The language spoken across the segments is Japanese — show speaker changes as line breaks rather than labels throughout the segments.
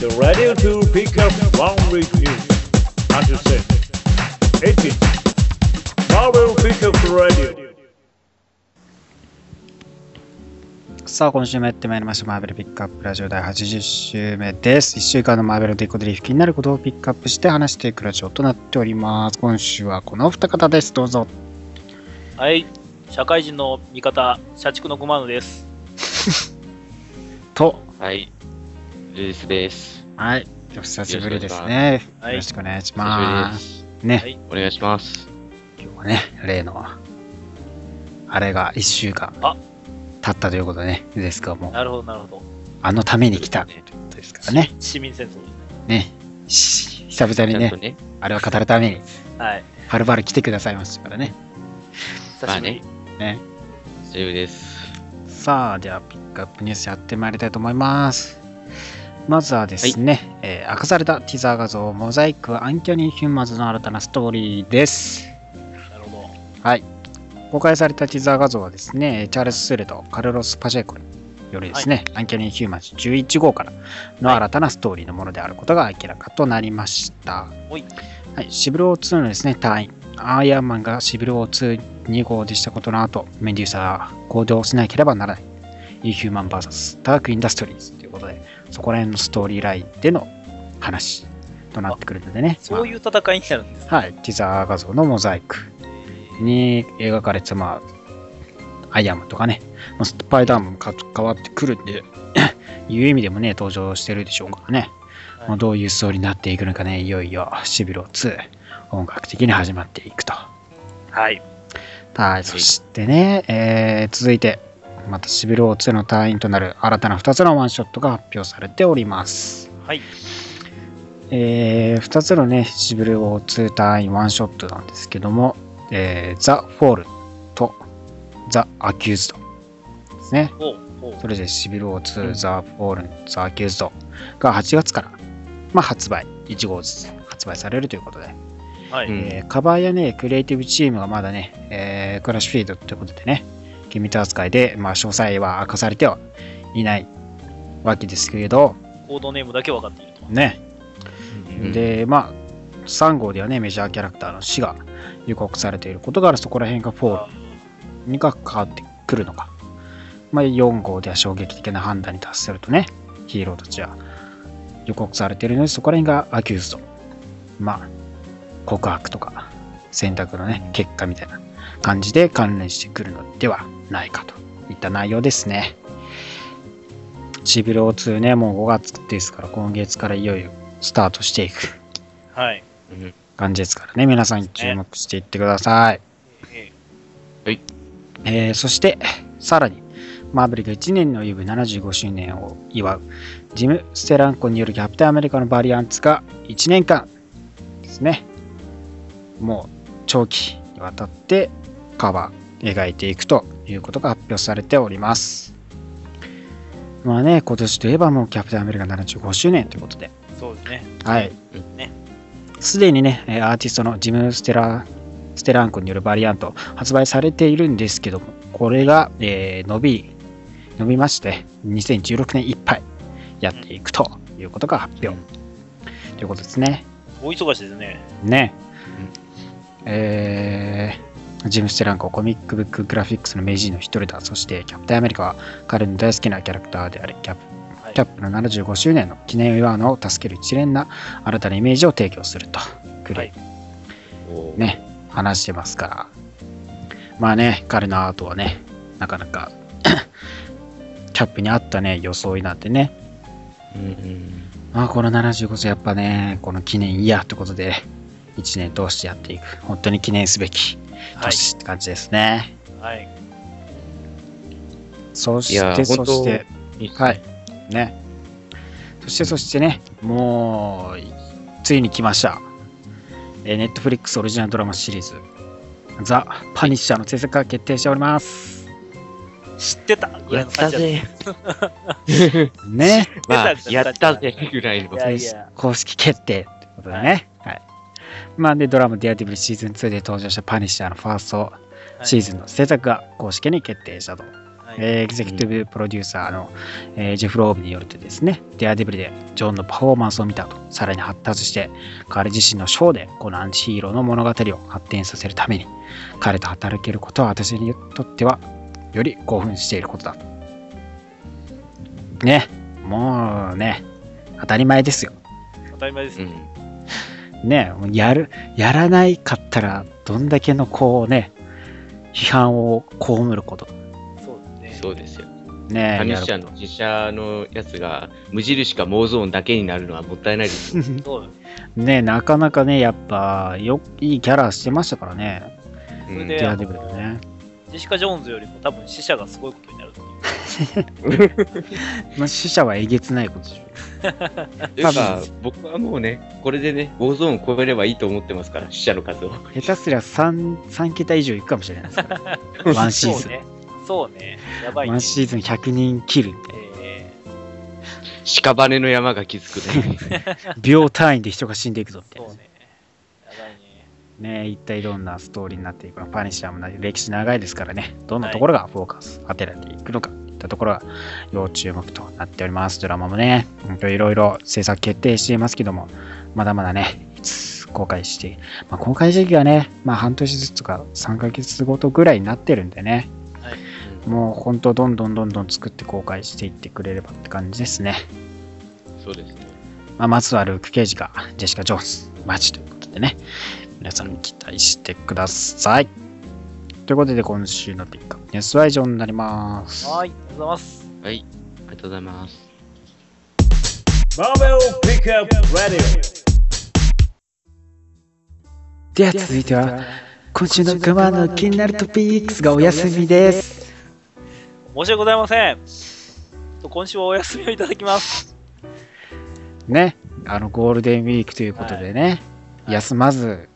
The radio to pick up one with you. Until then, 18. Marvel Pickup Radio.
さあ、今週もやってまいりました。マーベルピックアップラジオ第80週目です。1週間のマーベルデコデリフ気になることをピックアップして話していくラジオとなっております。今週はこのお二方です。どうぞ。
はい、社会人の味方、社畜のコマーノです。
と、
はい、ルイスです。
はい。お久しぶりですね。
は
よ
い
ろ、しくお願いし
お久
ま。
しぶりですす。
ね、
はい
お願いします。
今日はね、例の、あれが1週間
あ
経ったということでね、ですが、もう、
なるほど、なるほ
あのために来たということですからね。
ど。市民戦争ですね。
ね、し久々
ち
に
ゃん
ね
と、ね、
あれを語るために、
はい、
はるばる来てくださいましたからね。
久しぶり。
ね。
大丈夫です。
さあ、ではピックアップニュースやってまいりたいと思います。まずはですね、えー明かされたティザー画像、モザイクはアンキョニー・ヒューマンズの新たなストーリーです。
なるほ
はい。公開されたティザー画像はですね、チャールズ・スールとカルロス・パシェコよりですね、アンキョニー・ヒューマンズ11号からの新たなストーリーのものであることが明らかとなりました。
ほい
はい、シブルオー2のですね、隊員、アーヤンマンがシブルオー2号でしたことの後、メデューサは行動をしなければならない。イーヒューマン VS ダークインダストリーズということで、そこら辺のストーリーラインでの話となってくるのでね
ど。。そういう戦いになるんです。
はい、ティザー画像のモザイクに描かれて、まあ、アイアムとかね、まあスパイダーマンもか変わってくるんで、 いう意味でもね、登場してるでしょうからね、
はい
まあどういうストーリーになっていくのかね、いよいよシビロ2、本格的に始まっていくと。
はい。
はい、そしてね、えー続いて、またシビロ2の隊員となる新たな2つのワンショットが発表されております。
はい。
え2つのね、シブルを2単位ワンショットなんですけども、えー、ザ・フォールとザ・アキューズドですね。
おうおう
それでシブルを2、ザ・フォール、ザ・アキューズドが8月から、まあ、発売、1号ずつ発売されるということで、
はい。
うん
えーカバーやね、クリエイティブチームがまだね、えークラッシュフィードということでね、機密扱いで、まあ、詳細は明かされてはいないわけですけれど、
コードネームだけ分かっていると。
ね、
うん
で、まあ、3号ではね、メジャーキャラクターの死が予告されていることから、そこら辺が4にが関わってくるのか。まあ、4号では衝撃的な判断に達するとね、ヒーローたちは予告されているので、そこら辺がアキューズド。まあ、告白とか、選択のね、結果みたいな感じで関連してくるのではないかといった内容ですね。シビロー2ね、もう5月ですから、今月からいよいよスタートしていく
はい。
うん
感じですからね、皆さん注目していってください。
え
えーそして、さらに、マーベリック1年の及ぶ75周年を祝う、ジム・ステランコによるキャプテンアメリカのバリアンツが1年間ですね、もう長期にわたってカバー、描いていくということが発表されております。まあね、今年といえばもうキャプテンアメリカ75周年ということで、
えそうですね。
はい
うん
ね。
すでにね、えーアーティストのジム・ステラステランコによるバリアント発売されているんですけども、これが、えー伸び、伸びまして、2016年いっぱいやっていくということが発表。
うん
ということですね。
大忙しですね。
ね。えージム・ステランコはコミックブックグラフィックスの名人の一人だ。そして、キャプテンアメリカは彼の大好きなキャラクターであり、キャプ
はい
キャップの75周年の記念を祝うのを助ける一連な新たなイメージを提供すると、くらい
おー
ね、話してますから。まあね、彼のアートはね、なかな か、キャップに合ったね、装いなんてね。
うんうん
まあこの75歳やっぱね、この記念イヤーってことで、1年通してやっていく。本当に記念すべき
はい。
年って感じですね。
はい。
そ
いや
して、
ー
そして、
いいっすね
はい。ね。そして、そしてね、もう、ついに来ました。えー、ネットフリックスオリジナルドラマシリーズ、ザ・パニッシャーの制作が決定しております。
知ってたぐら
や
い
っ
の感じだ
たぜ。
ね。
まあ
出、た
やったぜぐらいの
い。やいや。
公式決定ということでね。はい。まあ、で、ドラマ、ディアディブルシーズン2で登場したパニッシャーのファーストシー
ズ
ズンの制作が公式に決定したと。
ン。はい
えーエグゼクティブプロデューサーの、えージェフ・ローブによるとですね、デアデビルでジョンのパフォーマンスを見たと、さらに発達して、彼自身のショーでこのアンチヒーローの物語を発展させるために、彼と働けることは私にとっては、より興奮していることだ。ね、もうね、当たり前ですよ。
当たり前です
う
ね。
ん
ね、もうやる、やらないかったら、どんだけのこうね、批判を被ること。
そうですね。
そうですよ。
ね、
タミ
や
シ
る
ちゃんの自社のやつが無印かモーゾーンだけになるのはもったいないですよ。
そう
ねなかなかね、やっぱ、よ、いいキャラしてましたからね。
う
それ
ん
で
デアデブルでね。
ジェシカ・ジョーンズよりも多分死者がすごいことになるっていう。
まあ、死者はえげつないことでし
というか、僕はもうね、これでね、モーゾーンを超えればいいと思ってますから、死者の 数を。
ょ。下手すりゃ3、3桁以上いくかもしれないですから。 ワンシー
そう
ズン。
ね。そうね。やばい
ワ
ね
ン。シーズン100人切る。
え
屍の山が気づくね。
秒単位で人が死んでいくぞみ
ー、
たい
そう
な。
ね。やばいね。
ね一体どんなストーリーになっていくのか。パニッシャーもな歴史長いですからね。どんなところがフォーカス当てられていくのか。いったところが要注目となっております。ドラマもね、うんといろいろ制作決定していますけども、まだまだね、いつ公開して、まあ、公開時期がね、まあ、半年ずつとか3ヶ月ごとぐらいになってるんでね、
はい
もうほんとどんどんどんどん作って公開していってくれればって感じですね。
そうですね。
まあ、まずはルーク・ケージがジェシカ・ジョーンズ、マジということでね、皆さん期待してください。ということで、今週のピックアップニュースは以上になります。
はい、ありがとうございます。
はい、ありがとうございます。
Marvel Pickup Radio.
では続いては、今週のクマの気になるトピックスがお休みです。
申し訳ございません。ちょっと今週はお休みをいただきます。
ね、あのゴールデンウィークということでね、
はい
休まず、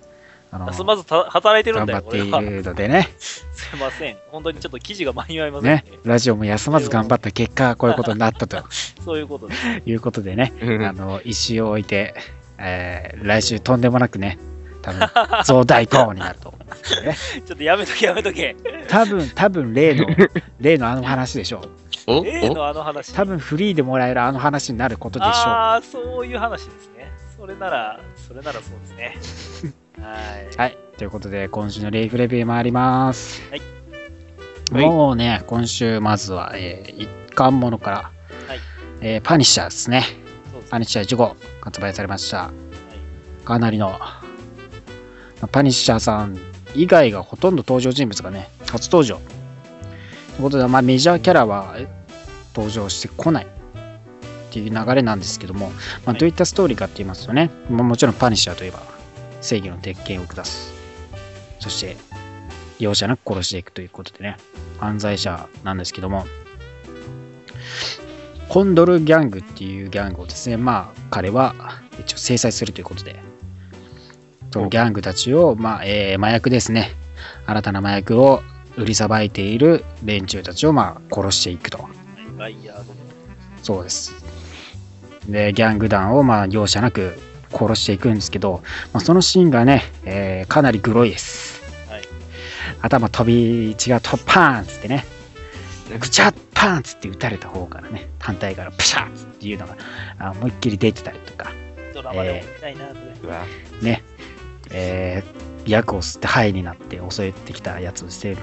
あの
休まずた働いてる
頑
んだ
張っ
よ、
て
俺
い
は。
るのでね、
すいません。本当にちょっと記事が間に合いません
ね
ね。、
ラジオも休まず頑張った結果、こういうことになったと
そういうことです。
いうことでね、あの、石を置いて、えー来週とんでもなくね、多分、増大公になると 思うんですけどね。
ちょっとやめとけ、やめとけ。
多分、多分、例の、例のあの話でしょう。
おお
A のあの話。
多分、フリーでもらえるあの話になることでしょ
ああ、そういう話ですね。それなら、それならそうで すね。はい。
う。はい。ということで、今週のレイフレビューもあります。
はい
もうね、今週、まずは、えー一巻ものから、
はい
えーパニッシャーですね。
そうです
パ
ね。
ニッシャー1号発売されました。かなりの、まあパニッシャーさん以外がほとんど登場人物がね、初登場。ということで、まあ、メジャーキャラはえ登場してこないっていう流れなんですけども、まあ、
はい
どういったストーリーかって言いますとね、まあもちろんパニッシャーといえば正義の鉄拳を下す。そして、容赦なく殺していくということでね、犯罪者なんですけども、コンドルギャングっていうギャングをですね、まあ、彼は一応制裁するということで、そのギャングたちを、まあ、えー麻薬ですね、新たな麻薬を売りさばいている連中たちを、まあ、殺していくと。
はい。ガイヤードね。
そうです。で、ギャング団を、まあ、容赦なく殺していくんですけど、まあ、そのシーンがね、えーかなりグロいです。
はい
頭飛び血がとパーンっつってね、ぐちゃっパーンっつって撃たれた方からね、反対からプシャーっつっていうのがあ思いっきり出てたりとか、
ドラマでも見たいな、それ
うわ
ね、えー薬を吸って肺になって襲ってきたやつをして、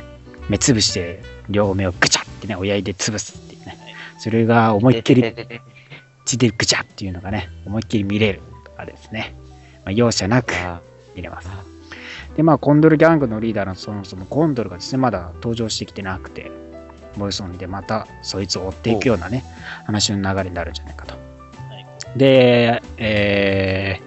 目つぶして両目をぐちゃってね、親指で潰すっていうね、それが思いっきり血でぐちゃっていうのがね、思いっきり見れるとかですね。まあ、容赦なく
あ
見れます。で、まあ、コンドルギャングのリーダーのそもそもコンドルがですね、まだ登場してきてなくて、ボイソンでまたそいつを追っていくようなね、話の流れになるんじゃないかと。
はい
で、え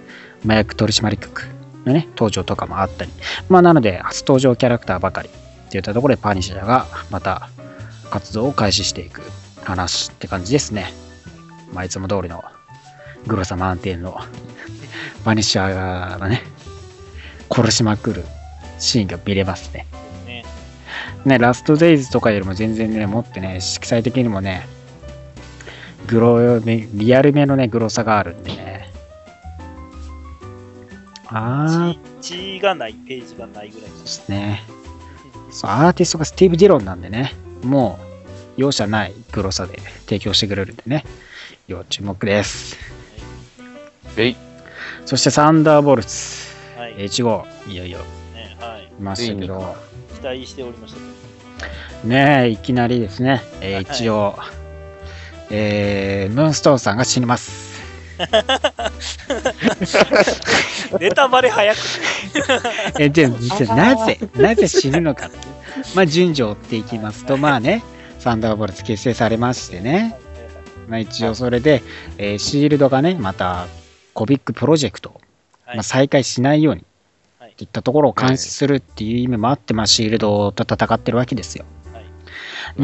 ー麻薬取締局のね、登場とかもあったり、まあ、なので、初登場キャラクターばかりっていったところで、パニッシャーがまた活動を開始していく話って感じですね。まあ、いつも通りのグロさ満点の パニッシャーがね、殺しまくるシーンが見れますね。
ですね。
ね、ラストデイズとかよりも全然ね、もっとね、色彩的にもね、グロめ、リアルめのね、グロさがあるんでね。あー
血血がないページがないぐらいで。
ですすね。そう、アーティストがスティーブ・ディロンなんでね、もう、容赦ないグロさで提供してくれるんでね、要注目です。
えい。
そしてサンダーボルツ、
はい。ね
H 号、いよいよ
はい。
いましたけ
ついに
ど、
期待しておりましたけど。
ねえ、いきなりですね、えー
はい
一応、えームーンストーンさんが死にます。
ネタバレ早く。
えで実はなぜ、なぜ死ぬのかってまあ、順序を追っていきますと、まあね、サンダーボルツ結成されましてね、まあ、一応それで、えーシールドがね、また、コビックプロジェクトを、
はい
まあ、再開しないように、
はい
っていったところを監視するっていう意味もあって、まあ、シールドと戦ってるわけですよ。
はい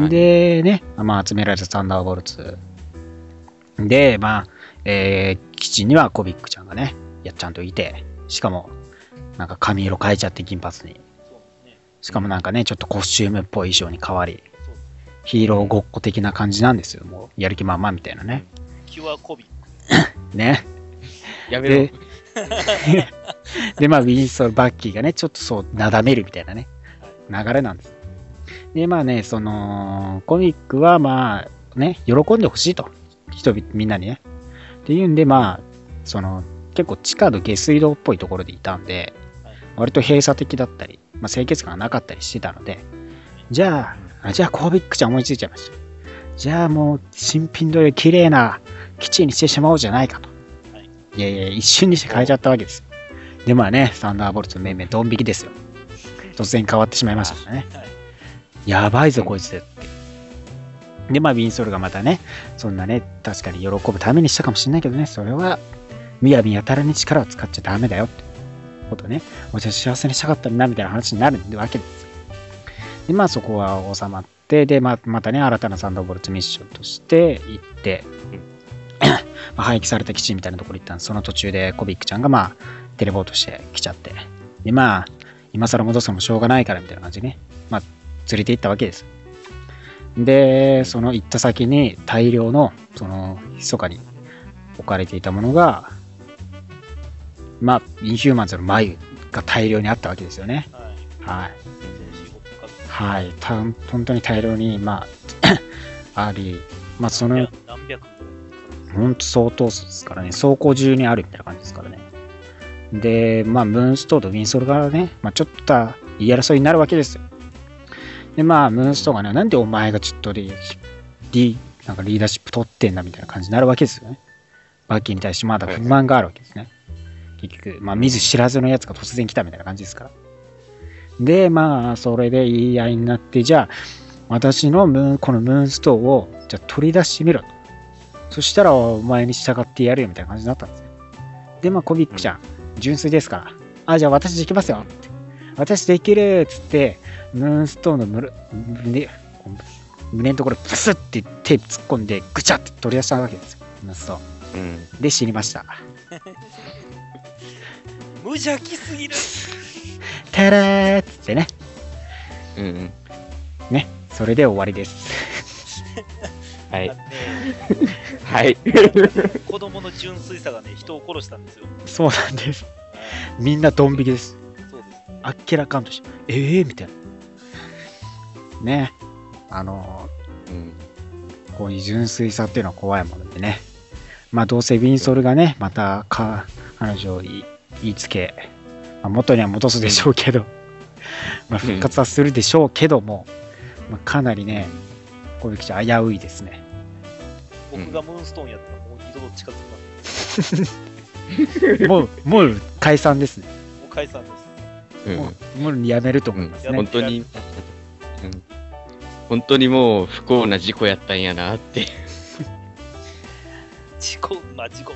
で、ね、まあ、集められたサンダーボルツ。で、まあ、えー基地にはコビックちゃんがね、いやちゃんといて、しかも、なんか髪色変えちゃって金髪に。
そうですね。
しかもなんかね、ちょっとコスチュームっぽい衣装に変わり、
そうです
ヒーローごっこ的な感じなんですよ。もう、やる気満々みたいなね。
キュアコビ。
ね。
やめ
で
ろ。、
で、まあ、ウィンソル・バッキーがね、ちょっとそう、なだめるみたいなね、流れなんです。で、まあね、その、コミックは、まあ、ね、喜んでほしいと。人々、みんなにね。っていうんで、まあ、その、結構地下の下水道っぽいところでいたんで
はい、
割と閉鎖的だったり、まあ、清潔感がなかったりしてたので、じゃあ、あじゃあ、コビックちゃん思いついちゃいました。じゃあもう、新品同様綺麗な基地にしてしまおうじゃないかと。
はい
い、やいや、一瞬にして変えちゃったわけですよ。で、まあね、サンダーボルツの面々、ドン引きですよ。突然変わってしまいましたからね。
はい。
やばいぞ、こいつって。で、まあ、ウィンソルがまたね、そんなね、確かに喜ぶためにしたかもしれないけどね、それは、みやみやたらに力を使っちゃダメだよってことね、おじゃ幸せにしたかったんだみたいな話になるわけですよ。で、まあ、そこは収まって、で、まあ、またね、新たなサンダーボルツミッションとして行って、 まあ廃棄された基地みたいなところに行ったんですその途中でコビックちゃんが、まあ、テレポートしてきちゃって、で、まあ、今更戻すのもしょうがないからみたいな感じでね、まあ、連れて行ったわけです。で、その行った先に大量の、その、密かに置かれていたものが、まあ、インヒューマンズの眉が大量にあったわけですよね。
は
は
い。
い。
全身をかけて
はい。た本当に大量に、まあ、 あり、まあ、その、
何百ぐらい
ほんと相当数ですからね、走行中にあるみたいな感じですからね。で、まあ、ムーンストーンとウィンソルがね、まあ、ちょっとた言い争いになるわけですよ。で、まあ、ムーンストーンがね、なんでお前がちょっとリリなんかリーダーシップ取ってんだみたいな感じになるわけですよね。バッキーに対してまだ不満があるわけですね。結局、まあ、見ず知らずのやつが突然来たみたいな感じですから。で、まあ、それで言い合いになって、じゃあ、私のムーンこのムーンストーンを、じゃあ取り出してみろと。そしたらお前に従ってやるよみたいな感じになったんですよ。で、まあ、コビックちゃん、純粋ですから、あ、じゃあ私できますよって。私できるっつって、ムーンストーンのむる胸胸のところにプスって手突っ込んで、ぐちゃって取り出したわけですよ。ムーンストー
うん。
ンで、死にました。
無邪気すぎる。
たらーっつってね、
うんうん。
ね、それで終わりです。
は
だ
い。
って
はい。
子供の純粋さがね、人を殺したんですよ。
そうなんです。みんなドン引きです。
そうです。
あっけらかんとして、ええー、みたいな。ね、あのー、
うん。
こういう純粋さっていうのは怖いものでね。まあどうせウィンソルがね、またか彼女を言い言いつけ、まあ元には戻すでしょうけど、まあ復活はするでしょうけども、まあ、かなりね、小雪ちゃん危ういですね。
僕がムーンストーンやったらもう二度と近づくな。
もう、もう解散ですね。
もう解散です。
うん
もう、もうやめると思います
うん
ね
本。当に、うん本当にもう不幸な事故やったんやなって。
事故、まあ事故、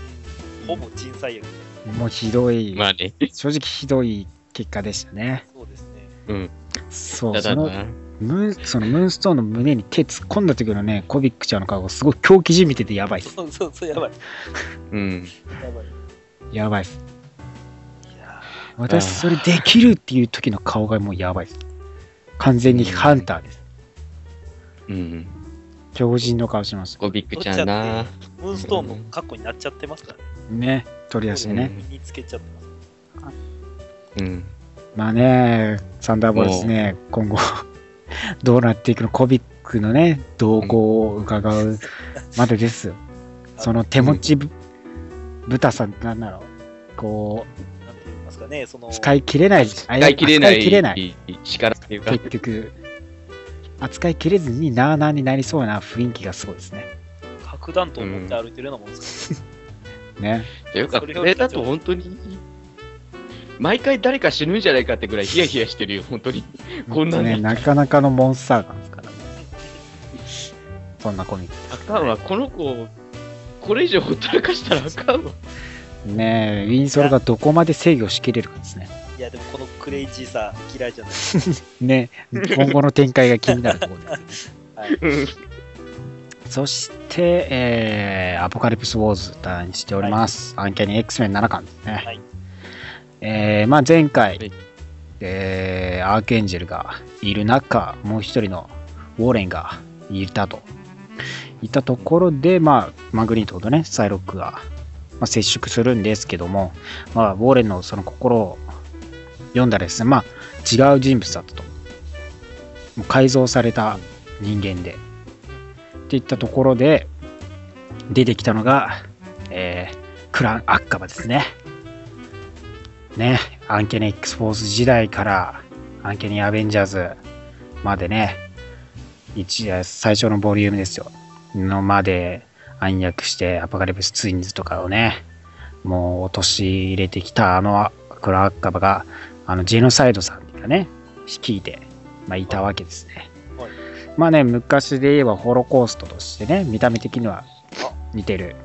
ほぼ人災やけど。
もうひどい、
まあね。
正直ひどい結果でしたね。
そうですね。
うん。
そう、
た
そ
だ
の
な。
ムーン、そのムーンストーンの胸に手突っ込んだ時のね、コビックちゃんの顔がすごい狂気じみててやばいです。
そうそうそう、やばい。
うん。
やばい。
やばいです。
いや
私それできるっていう時の顔がもうやばいです。完全にハンターです。
うん。
狂人の顔します。
ゴビックちゃんな。
ームーンストーンの格好になっちゃってますからね。
ね。取り出してね。
身につけちゃってます。
うん。
まあね、サンダーボルツね、今後、 どうなっていくの、コビックのね、動向を伺うまでですよ。その手持ちぶ、豚さん、なんだろう、こ
なんて言いますかね、その、
う、使い切れない、
使い切れな
扱
い
切れない
力っていうか、
結局、扱い切れずになあなあになりそうな雰囲気がすごいですね。
核弾頭を持って歩いてるようなもんですか
ね。
というか、これだと本当に、毎回誰か死ぬんじゃないかってぐらいヒヤヒヤしてるよ、本当に。こんな
ね、
ね、
なかなかのモンスター感ですからね。そんなコミック
あかんわ、この子、これ以上ほったらかしたらあかんわ。
ねえ、ウィンソルがどこまで制御しきれるかですね。
ら。いや、でもこのクレイジーさ、嫌いじゃない。
ね、今後の展開が気になるところです。
うん
そして、えーアポカリプス・ウォーズ対しております。アンキャニー X メン7巻ですね。
はい
えーまあ、前回、
はい
えーアーケンジェルがいる中、もう一人のウォーレンがいたと。いたところで、まあ、マグニートとね、サイロックが、まあ、接触するんですけども、まあ、ウォーレンのその心を読んだらですね、まあ、違う人物だったと。もう改造された人間で。っていったところで、出てきたのが、えークラン・アッカバですね。ね、アンケネ X フォース時代から、アンケネアベンジャーズまでね、一夜最初のボリュームですよ。のまで暗躍して、アポカリプス・ツインズとかをね、もう落とし入れてきたあのクラン・アッカバが、あのジェノサイドさんがね、率いて、まあ、いたわけですね。
はい
まあね、昔で言えばホロコーストとしてね、見た目的には似てる、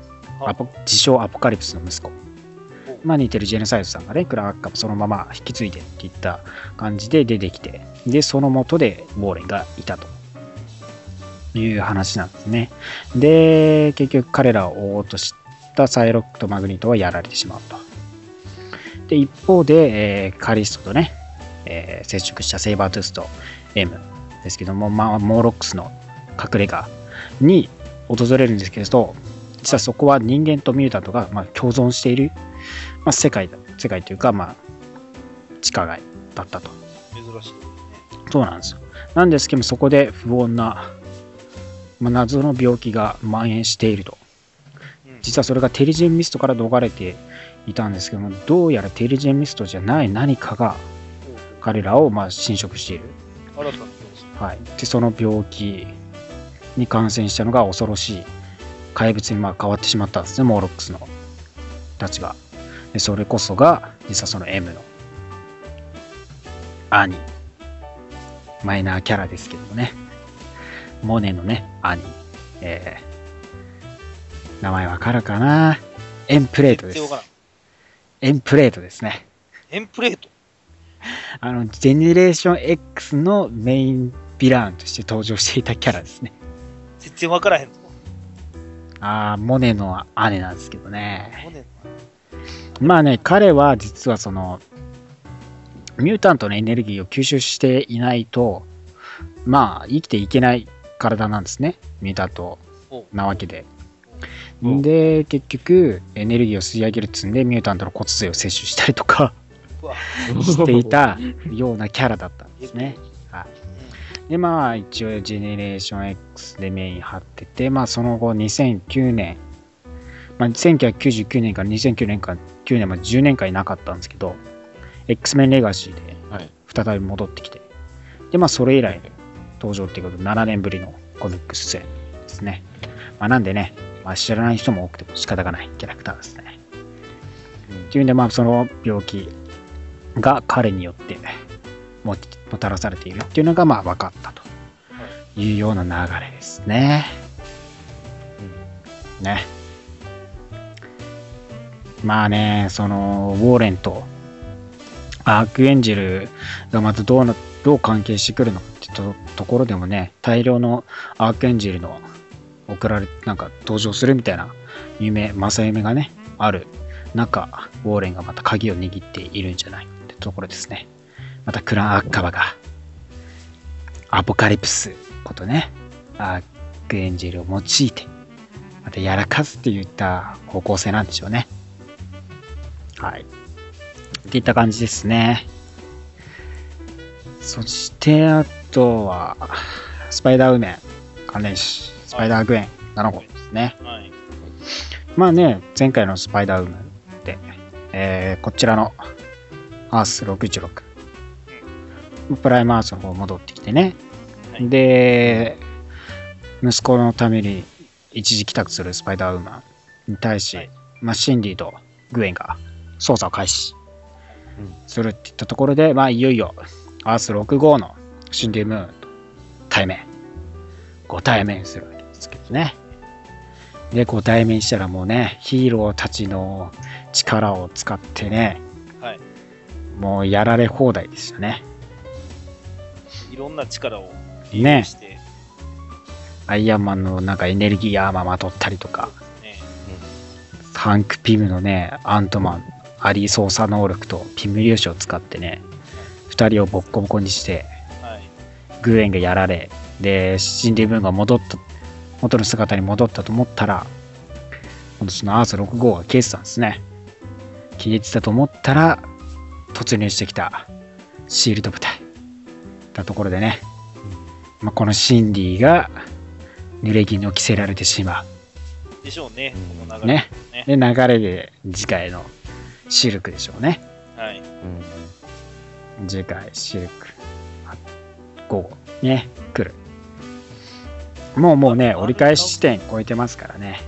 あ
アポ自称アポカリプスの息子
お。
まあ似てるジェネサイズさんがね、クラーカーそのまま引き継いでっていった感じで出てきて、で、その元でウォーレンがいたという話なんですね。で、結局彼らを追おうとしたサイロックとマグニートはやられてしまうと。で、一方で、えーカリストとね、えー接触したセイバートゥースと M ですけども、まあ、モーロックスの隠れ家に訪れるんですけれど、実はそこは人間とミュータントがまあ共存している、まあ、世界だ、世界というか、まあ、地下街だったと。
珍しい。
そうなんですよ。なんですけども、そこで不穏な、まあ、謎の病気が蔓延していると。
うん
実はそれがテリジェンミストから逃れていたんですけども、どうやらテリジェンミストじゃない何かが彼らをまあ侵食している。
新たな病気
はい、でその病気に感染したのが恐ろしい怪物にまあ変わってしまったんですねモーロックスのたちがでそれこそが実はその M の兄マイナーキャラですけどもねモネのね兄、えー名前わかるかなエンプレートで
必要
す
かな。
エンプレートですね
エンプレート。
あのジェネレーション X のメインヴィランとして登場していたキャラですね
全然わからへんぞ。
ああ、モネの姉なんですけどね。
モネの
まあね、彼は実はその、ミュータントのエネルギーを吸収していないと、まあ、生きていけない体なんですね。ミュータント
おう
なわけで。
おう
で、結局、エネルギーを吸い上げるっつんで、ミュータントの骨髄を摂取したりとか
うわ
していたようなキャラだったんですね。
う
でまあ一応ジェネレーション x でメイン張っててまあその後2009年、まあ、1999年から2009年から9年まで10年間いなかったんですけど X メンレガシーで
はい
再び戻ってきて、でまあそれ以来登場っていうことで7年ぶりのコミック出演ですね、まあ、なんでね、まあ、知らない人も多くても仕方がないキャラクターですねっていうんでまあその病気が彼によってももたらされているっていうのがまあ分かったというような流れですね。ね。まあね、そのウォーレンとアークエンジェルがまたどうなどう関係してくるのかってとところでもね、大量のアークエンジェルの送られなんか登場するみたいな夢、正夢がね、ある中、ウォーレンがまた鍵を握っているんじゃないかってところですね。またクラン・アッカバが、アポカリプスことね、アークエンジェルを用いて、またやらかすっていった方向性なんでしょうね。はい。っていった感じですね。そして、あとは、スパイダーウーメン関連誌、スパイダーグエン7号ですね。
はい。
まあね、前回のスパイダーウーメンで、えーこちらのアース66、プライムアースの方戻ってきてね、
はい
で、息子のために一時帰宅するスパイダーウーマンに対し、
はい
まあ、シンディとグエンが捜査を開始
うん
するっていったところで、まあ、いよいよアース6号のシンディムーンと対面、ご対面するわけですけどね。で、こう対面したらもうね、ヒーローたちの力を使ってね、
はい
もうやられ放題でしたね。
いろんな力を利
ね
用して、
アイアンマンのなんかエネルギーアーマーまとったりとか、
ね、
ハンク・ピムのね、アントマン、アリー操作能力とピム粒子を使ってね、二人をボッコボコにして、
はい。
グエンがやられ、で、シンディ・ブーンが戻った、元の姿に戻ったと思ったら、今度そのアース6号が消えてたんですね。消えてたと思ったら、突入してきたシールド部隊。たところでね、まあ、このシンディが濡れ衣を着せられてしま
でしょうね、この
う。
流れ。
ね。で、
ね
流れで次回のシルクでしょうね。
はい。
次回シルクあ午後ね来るもうもうね折り返し地点超えてますからね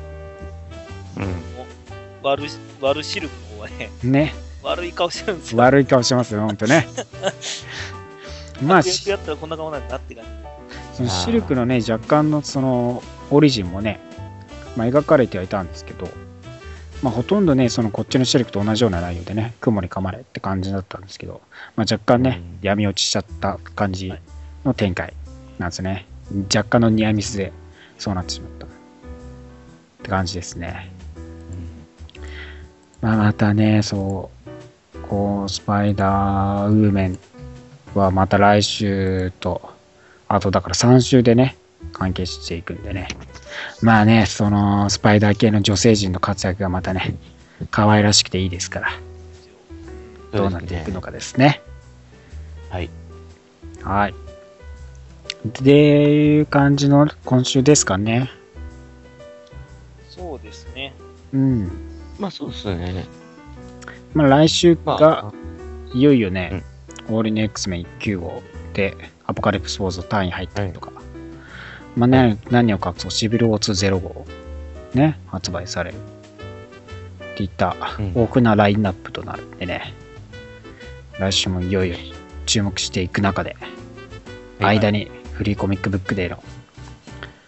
悪し、悪シルクの方はね、
ね
悪い顔してるんですよ。
悪い顔してますよほんとねまあ
悪役
し
やったらこんな顔なんだって感じ。
そのシルクのね若干のそのオリジンもね、まあ、描かれてはいたんですけどまあほとんどねそのこっちのシルクと同じような内容でね雲に噛まれって感じだったんですけど、まあ、若干ね、
うん
闇落ちしちゃった感じの展開なんですね若干のニアミスでそうなってしまったって感じですね、まあ、またねそうこうスパイダーウーメンはまた来週とあとだから3週でね関係していくんでねまあねそのスパイダー系の女性陣の活躍がまたね可愛らしくていいですからどうなっていくのかですね。
はい。
はい。っていう感じの今週ですかね。
そうですね。
うん。
まあそうですね。
まあ来週
ま
が
あ、
いよいよね、オールイン X メン9号でアポカリプスウォーズの単位入ったりとか、まあね、何を隠そう、シビルウォー2 0号ね、発売されるっていった
うん
豊富なラインナップとなるんでね、来週もいよいよ注目していく中で、
はい
間にフリーコミックブックデーの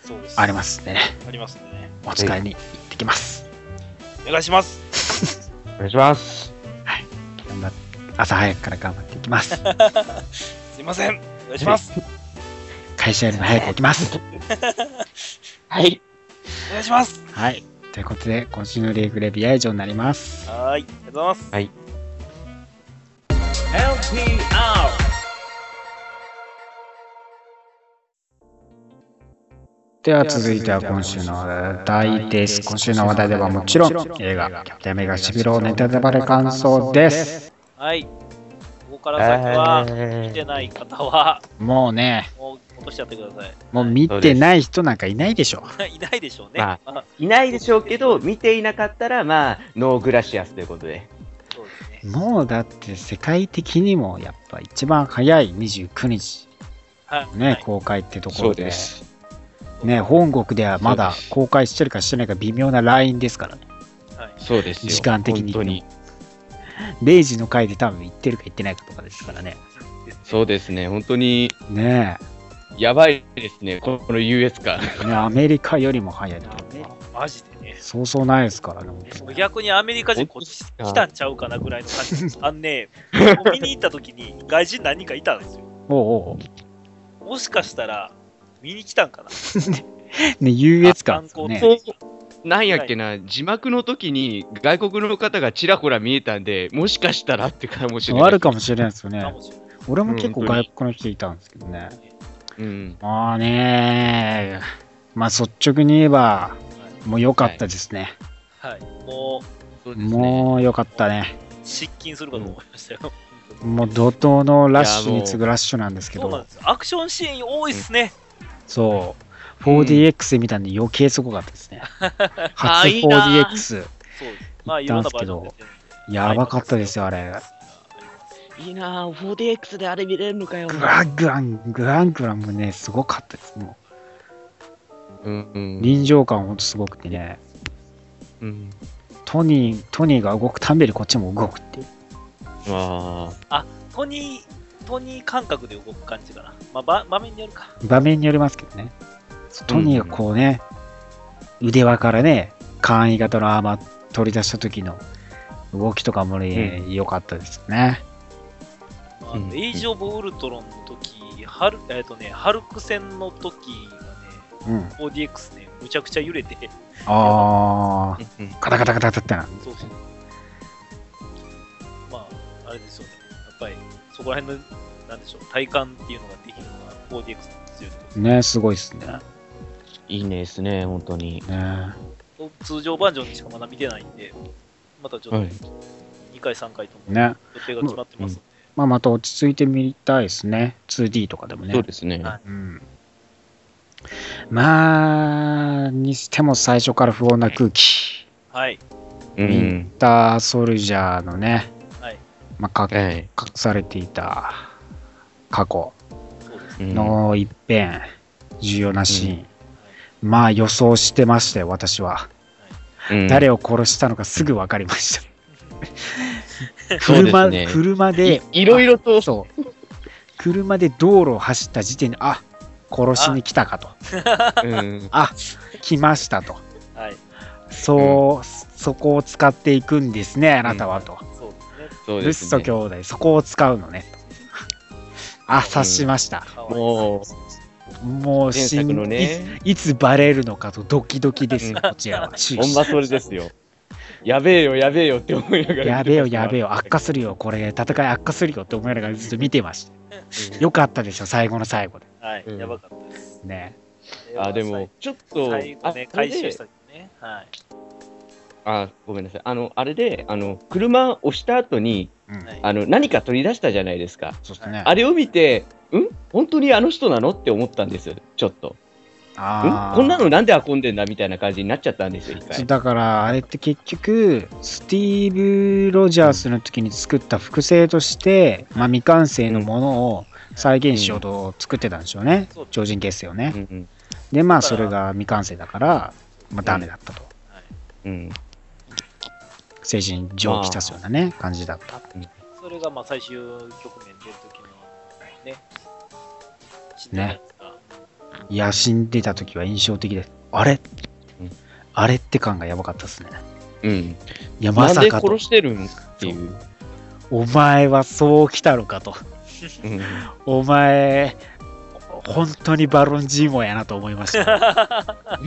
そうです。
ありますんでね、
ありますね。
お使いに行ってきます。
お願いします。
お願いします。
頑張っ朝早くから頑張っていきます。
すいません。お願いします。
会社よりも早く起きます。
はい。
お願いします。
はい。ということで、今週のリーグレビューは以上になります。
はーい。ありがとうございます。
NPR
では続いては今週の話題です。今週の話題ではもちろん映画、キャプテンアメリカシビロネタバレ感想です。
はい。ここから先は、見てない方は、
もうね、
もう落としちゃってください。
もう見てない人なんかいないでしょ。
いないでしょうね。
ま
あ、
いないでしょうけど、見ていなかったら、まあ、ノーグラシアスということで。
そうですね。
もうだって世界的にもやっぱ一番早い29日
はい。
ね、
はい
公開ってところで、。ね、本国ではまだ公開してるかしてないか微妙なラインですからね。
そうですよ。
時間的に
本当に。
0時の回で多分行ってるか行ってないかとかですからね。
そうですね。本当に、
ね
やばいですね。この US か。
え、ねアメリカよりも早いと。
マジでね。
そうそうないですからね。本当に
逆にアメリカ人こっち来たんちゃうかなぐらいの 感じ。あんね、見に行った時に外人何人かいたんですよ。
おうおうお
もしかしたら、見に来たんかな。
う。ね、優越感ですよね。
なんやっけな、字幕の時に外国の方がちらほら見えたんで、もしかしたらってかもしれない。
あるかもしれないですよ
か
ね。
もしれない。
俺も結構外国の人いたんですけどね。
うん。
まあね、まあ率直に言えば、もう良かったですね。
はい。も
そうですね。
もう良かったね。
失禁するかと思いましたよ。
もう怒涛のラッシュに次ぐラッシュなんですけ
そうなん
ど、
です。アクションシーン多いっすね。
そう、4DX みたいに余計すごかった ですね。初
いいな
4DX、
そうです。まあ、いろんなバージョン出てるんで
やばかったですよ、あれ。
いいなぁ、4DX であれ見れるのかよ。
グラングラン、グラングランもね、すごかったです。も
うんう
うん臨場感ほんとすごくてね、
うん。
トニー、トニーが動くたんびにこっちも動くっていう。
あ
トニー、トニー感覚で動く感じかな。まあ、ば場面によるか。
場面によりますけどね。トニーがこうね、腕輪からね、簡易型のアーマー取り出した時の動きとかもね、良、かったですね。
まあ
うん
エイジ・オブ・ウルトロンの時、ハルえっとね、ハルク戦の時
うん。
がね、4DX ね、むちゃくちゃ揺れて、
ああ、
ーうん
カタカタカタカタってな。
そうそう。まあ、あれですよね。やっぱり、そこら辺の、なんでしょう、体感っていうのができるのが 4DX の強いところですね
ね、すごいっすね。
いいねですね、本当に。
ね
通常バージョンにしかまだ見てないんで、またちょっと
はい
2回、3回とも
ね。
予定が決まってますんで、
まあ、また落ち着いてみたいですね。2D とかでもね。
そうですね。
は
うん。まあ、にしても最初から不穏な空気。
はい、
う
ウィン。ターソルジャーのね、
はい、
まあ、か
はい。
隠されていた過去
そうです。
うん
の一遍重要なシーン、まあ予想してましたよ私は、
うん
誰を殺したのかすぐ分かりました
そうで
車
す
で,、
ね
車で
いいろいろと、
そう車で道路を走った時点であ殺しに来たかと
うん
あ来ましたと
はい、
そう、そこを使っていくんですねあなたはと、
そうですね。
そう
ルッ
です
ソ
ね。
兄弟そこを使うの ねとあ察しました、
かわいい
も
もう
う、前
しん
作の
いつ
ね、
いつバレるのかとドキドキですよ、こちらは。終
ほん
始
まそれですよ。やべえよ、やべえよって思いながら。
やべえよ、やべえよ、悪化するよ、これ、戦い悪化するよって思いながらずっと見てました。
うん
よかったでしょ、最後の最後で。
はい、
うん
やばかったです。
ね。
あ、でも、ちょっと、
最後
あ
ね、
それ
回
で
収したりね。はい。
あ、ごめんなさい。あの、あれで、あの、車押した後に、
うん、
はい
あの、何か取り出したじゃないですか。
そうですね。
あれを見て、ん本当にあの人なのって思ったんです、ちょっと。ん
あー
こんなのなんで運んでんだみたいな感じになっちゃったんですよ、一
そう
回。
だから、あれって結局、スティーブ・ロジャースの時に作った複製として、まあ、未完成のものを再現しようと作ってたんでしょうね
そう、
超人結成をね
う。ん
で、まあ、
だか
そ
ら
れが未完成だから、まあ、ダメだったと。
はい
うん。うん。
精神上気たすようなね、感じだった。
それがまあ最終局面出る時のね、死んでないですか。
いや、死んでた時は印象的で、あれ、
うん
あれって感がやばかったですね。
うん。
いや、ま
なん
さ
で
かと
殺、してるんっていう。
お前はそう来たのかと、
うん
お前、本当にバロンジーモやなと思いました。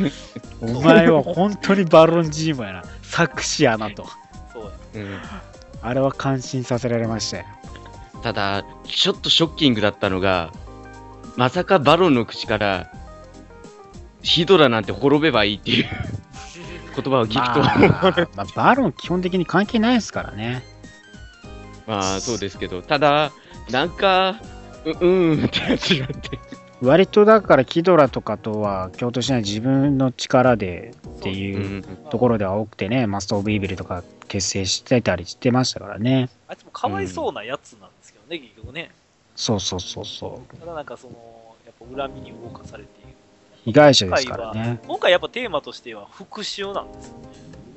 お前は本当にバロンジーモやな、作詞やなと、
そうや。
うん
あれは感心させられま したよ。
ただ、ちょっとショッキングだったのが、まさかバロンの口から、ヒドラなんて滅べばいい っていう言葉を聞くと、
ま
まあ、
あ、まあ、バロン基本的に関係ないですからね。
そうですけど、ただ、なんか、う、うーんってなっちゃって。
割とだから、キドラとかとは共闘しない自分の力でって
う
いう。
ん
ところでは多くてね、マスター・オブ・イービルとか結成してたりしてましたからね。
あいつもかわいそうなやつなんですけどね、結局ね。
そうそうそうそう。
ただなんかその、やっぱ恨みに動かされている。
被害者ですからね。
今回やっぱテーマとしては復讐なんですよ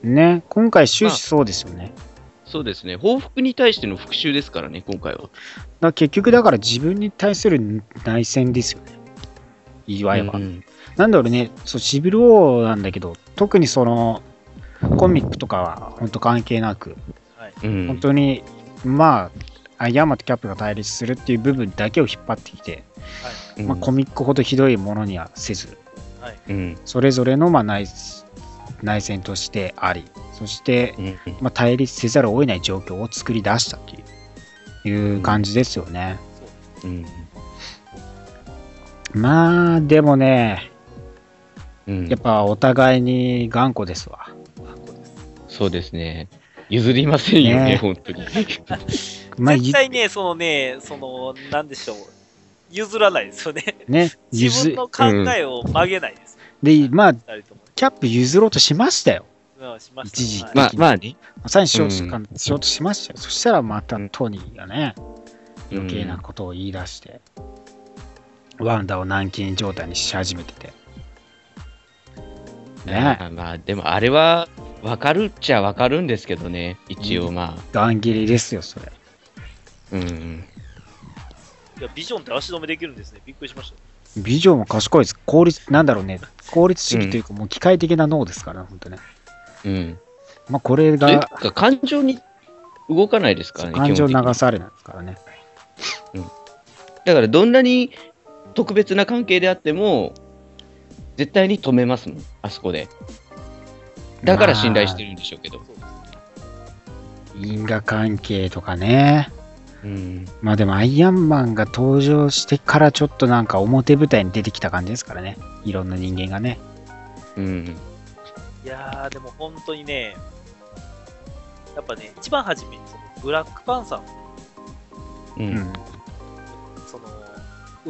ね。
ね、今回終始そうですよね。
そうですね、報復に対しての復讐ですからね、今回は。
だから結局だから自分に対する内戦ですよね。いわゆる。
うん
なんだろうね、そう、シビル王なんだけど、特にその、コミックとかは本当関係なく、
はい。
うん
本当に、まあ、ヤマとキャップが対立するっていう部分だけを引っ張ってきて、
うん
まあ、コミックほどひどいものにはせず、
うん
それぞれのまあ内内戦としてあり、そして
うん
まあ対立せざるを得ない状況を作り出したといういう感じですよね。
うん
まあ、でもね、
うん
やっぱお互いに頑固ですわ。
あ、これです。
そうですね。譲りませんよ
ね
ね、
え
本当 に。
まあ、
絶
ゆ
対ね、そのね、その、なんでしょう、譲らないです よね。
ね、ゆ
自分
ず
の考えを曲げないです。
で、まあ、
二人とも
キャップ譲ろうとしましたよ。
うん。しました
一時
はい
まあまあね。
サインしようとし,、しようとしましたよ。そしたらまたトニーがね、
うん
余計なことを言い出して、ワンダを軟禁状態にし始めてて。ね
あまあ、でもあれは分かるっちゃ分かるんですけどね、一応まあ。
ガン切りですよ、それ。
うん。
いやビジョンって足止めできるんですね。びっくりしました。
ビジョンも賢いです。効率、なんだろうね。効率主義というか、もう機械的な脳ですからね、本当ね。
うん。
まあ、これ
という
が
か、感情に動かないですからね、
感情
基本的
流
に
されないですからね。
だから、どんなに特別な関係であっても、絶対に止めますもん、あそこで。だから信頼してるんでしょうけど。
因果関係とかね。
うん。
まあでもアイアンマンが登場してからちょっとなんか表舞台に出てきた感じですからね。いろんな人間がね。
うん。
いやー、でも本当にね、やっぱね、一番初めに、そのブラックパンサー
う。
うんん。
のその、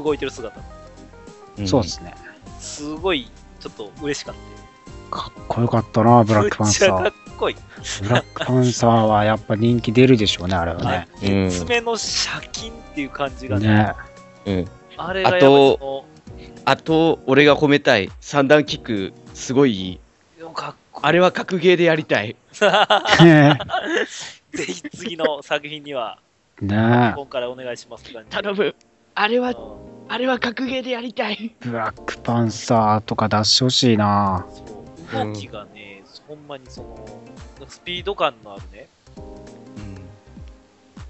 動いてる姿、
うん
そうですね。
すごい、ちょっと嬉しかった。
かっこよかったな、ブラックパンサ
め
ー
っち。ゃかっこいい。
ブラックパンサーはやっぱ人気出るでしょうね、あれはね。
うん
爪のシャキンっていう感じがね、
ね
うん。
あれがやっぱ
あ
り
と
そ
あと、俺が褒めたい。三段キック、すごいいい。
の、かっこ
あれは格ゲーでやりたい。
ぜひ次の作品には、
ね
今からお願いしますって感じ。
頼む。あれは、
うん
あれは格ゲーでやりたい。
ブラックパンサーとか出してほしいな。
そう動きがね、ほんまにそのスピード感のあるね、ま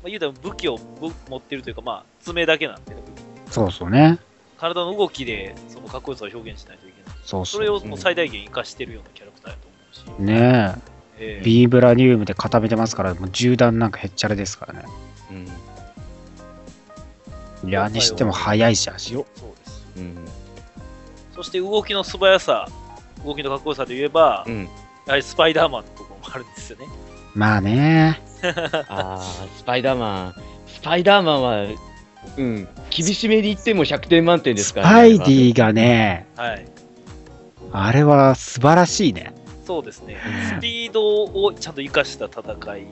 あ、言うたら武器をぶ持ってるというか、まあ、爪だけなんでね、
そうそうね。
体の動きでそのかっこよさを表現しないといけない、
そう
そ
そ
れ
う。
をもう最大限生かしてるようなキャラクターやと思うし、
ねえ。
ええ
ビーブラニウムで固めてますから、もう銃弾なんかへっちゃらですからね。
うん。
いや、にしても速いし、足を。
そうです
うん。
そして動きの素早さ、動きのかっこよさで言えば、
うん。
やはりスパイダーマンのところもあるんですよね。
まあね。
ああ、スパイダーマン。スパイダーマンは、うん。厳しめに言っても100点満点で
ス
すから、
パイディがね、
はい、
あれは素晴らしいね。
そうですね、スピードをちゃんと生かした戦い、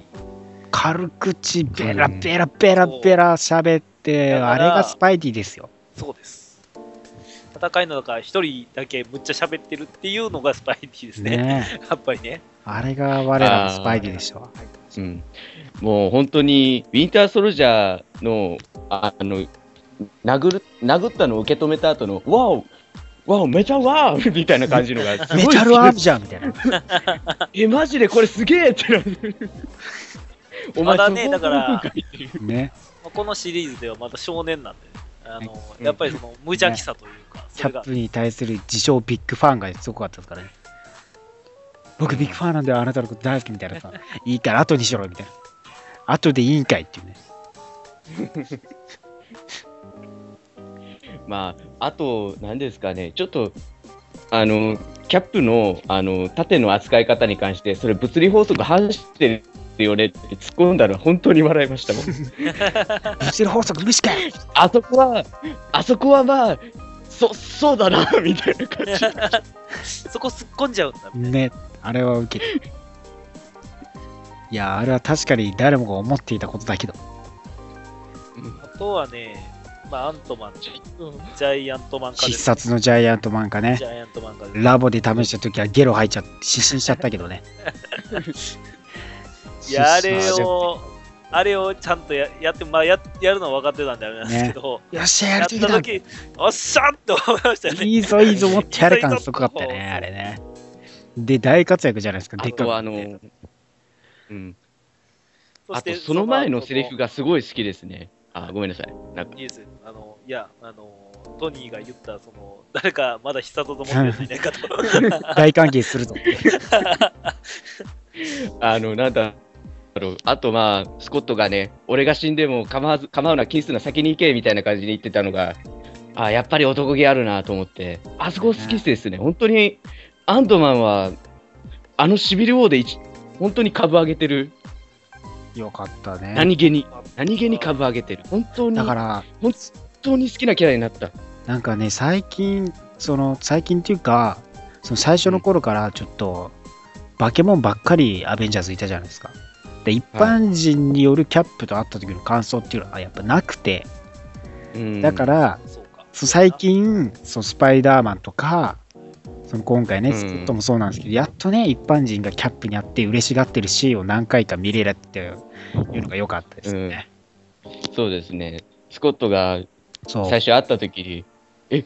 軽口ベラベラベラベラ喋って、
そう
あれがスパイディですよ。
そうです。戦いの中、一人だけむっちゃ喋ってるっていうのがスパイディですね。
ね え。
やっぱりね。
あれが我らのスパイディでしょ。
ィ。うん。もう本当に、ウィンターソルジャーの、ああの、殴る、殴ったのを受け止めた後の、ワオワオめちゃワオ みたいな感じの が、すご
メ
い好き
タ
で
ルアームじゃんみたいな。
え、マジでこれすげえってなる。 お
ま
前
だね
そこ
だから
文化入ってる
ね。
まあこのシリーズではまだ少年なんで、あの
うん
やっぱりその無邪気さというか、
キ
そ
ャッ
れが
プに対する自称ビッグファンがすごかったですからね。僕ビッグファンなんだよ、あなたのこと大好きみたい なさ。いいから後にしろよみたいな。後でいいんかいっていうね。
まあ、あと、何ですかね、ちょっと、あの、キャップの、あの、盾の扱い方に関して、それ物理法則反してるよねって突っ込んだら、本当に笑いましたもん。
物理法則無視かい
あそこは、あそこはまあ、そ、そうだな、 みたいな感じ。
そこ突っ込んじゃうんだみたいな。
ね、あれは受ける。いや、あれは確かに誰もが思っていたことだけど。
あとはね、まあ、アントマン、ジャイアントマン化で
必
すね、
殺のジャイアントマンかね
ジ。ャイアントマン化です
ラボで試した時はゲロ吐いちゃって、失神しちゃったけど ね。
いや、あ
失神し
れ
ちゃっ
を、あれをちゃんとややって、まあや、やるのは分かってたんであれなんですけど、
たよっしゃ、や
や
る
っ
と
た
きだ
時おっしゃーって思いましたよね。
いいぞ、いいぞ、もっとやれ感すごかった
いいぞいい
ね、
ぞ
あれね。で、大活躍じゃないですか、で
あ
っか
と
く
は、
な
あ
って
の、うん。
そ
あ
して
と、その前の
後
セリフがすごい好きですね。あ、ごめんなさい。なんか、
いいですあのいやあのトニーが言ったその誰かまだ必殺と思ってるやついな いかと
大歓迎するぞ。
あの、なんだろう。あと、まあ、スコットがね、俺が死んでも構わず、構うな、キスな、先に行け、みたいな感じで言ってたのが、あやっぱり男気あるなと思って、あそこ好きですね。本当に、アントマンは、あのシビル王で一、本当に株上げてる。
よかったね。
何気に、何気に株上げてる。本当に、
だから、
本当に好きなキャラになった。
なんかね、最近、その、最近っていうか、その最初の頃からちょっと、バケモンばっかりアベンジャーズいたじゃないですか。で、一般人によるキャップと会った時の感想っていうのはやっぱなくて、
うん
だから、
そうか。
そう最近、そうスパイダーマンとか、その今回ね、
うん
スコットもそうなんですけど、やっとね、一般人がキャップにあって嬉しがってるシーンを何回か見れるっていうのが良かったですよね。
そうですね。スコットが
そう
最初会った時に、え、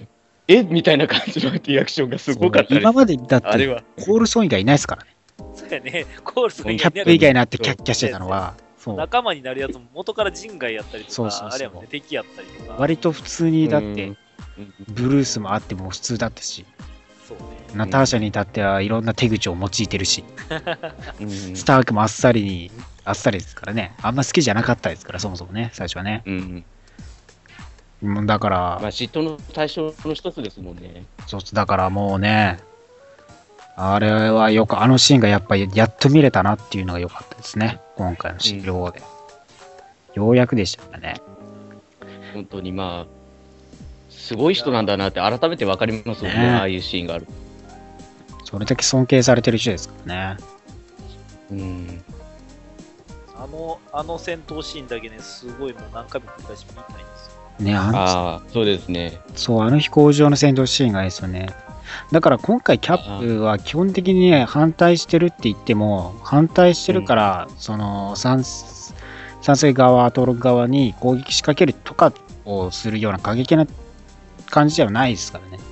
えみたいな感じのリアクションがすごかった
そう
です
今。までだっ
あれ
て、
は。
コールソン以外いないですからね。
そうやね。コールスが
キャップ以外になってキャッキャしてたのは、そう
仲間になるやつも元から人外やったりとか、
そうそうそう
あれやもんね、敵やったりとか。
割と普通に、だっ
う
て
ん、うん
ブルースもあっても普通だったし、
そうね。
ナターシャに至ってはいろんな手口を用いてるし、
うん
スタークもあっさりに、あっさりですからね、あんま好きじゃなかったですから、そもそもね、最初はね。
うん。
もうだから
まあ、、嫉妬の対象の一つですもんね。
そうだからもうね、あれはよく、あのシーンがやっぱりやっと見れたなっていうのが良かったですね、今回の資料で。ようやくでしたね。
本当にまあ、すごい人なんだなって改めて分かりますもんね、
ね
ああいうシーンがある。
それだけ尊敬されてる人ですからね。
うん。
あの、あの戦闘シーンだけね、すごいもう何回も繰り返し見たいんですよ。
ね、あの
ああ、そうですね。
そう、あの飛行場の戦闘シーンがいいですよね。だから今回キャップは基本的にね、反対してるって言っても、反対してるから、その、賛賛成側、登録側に攻撃仕掛けるとかをするような過激な感じではないですからね。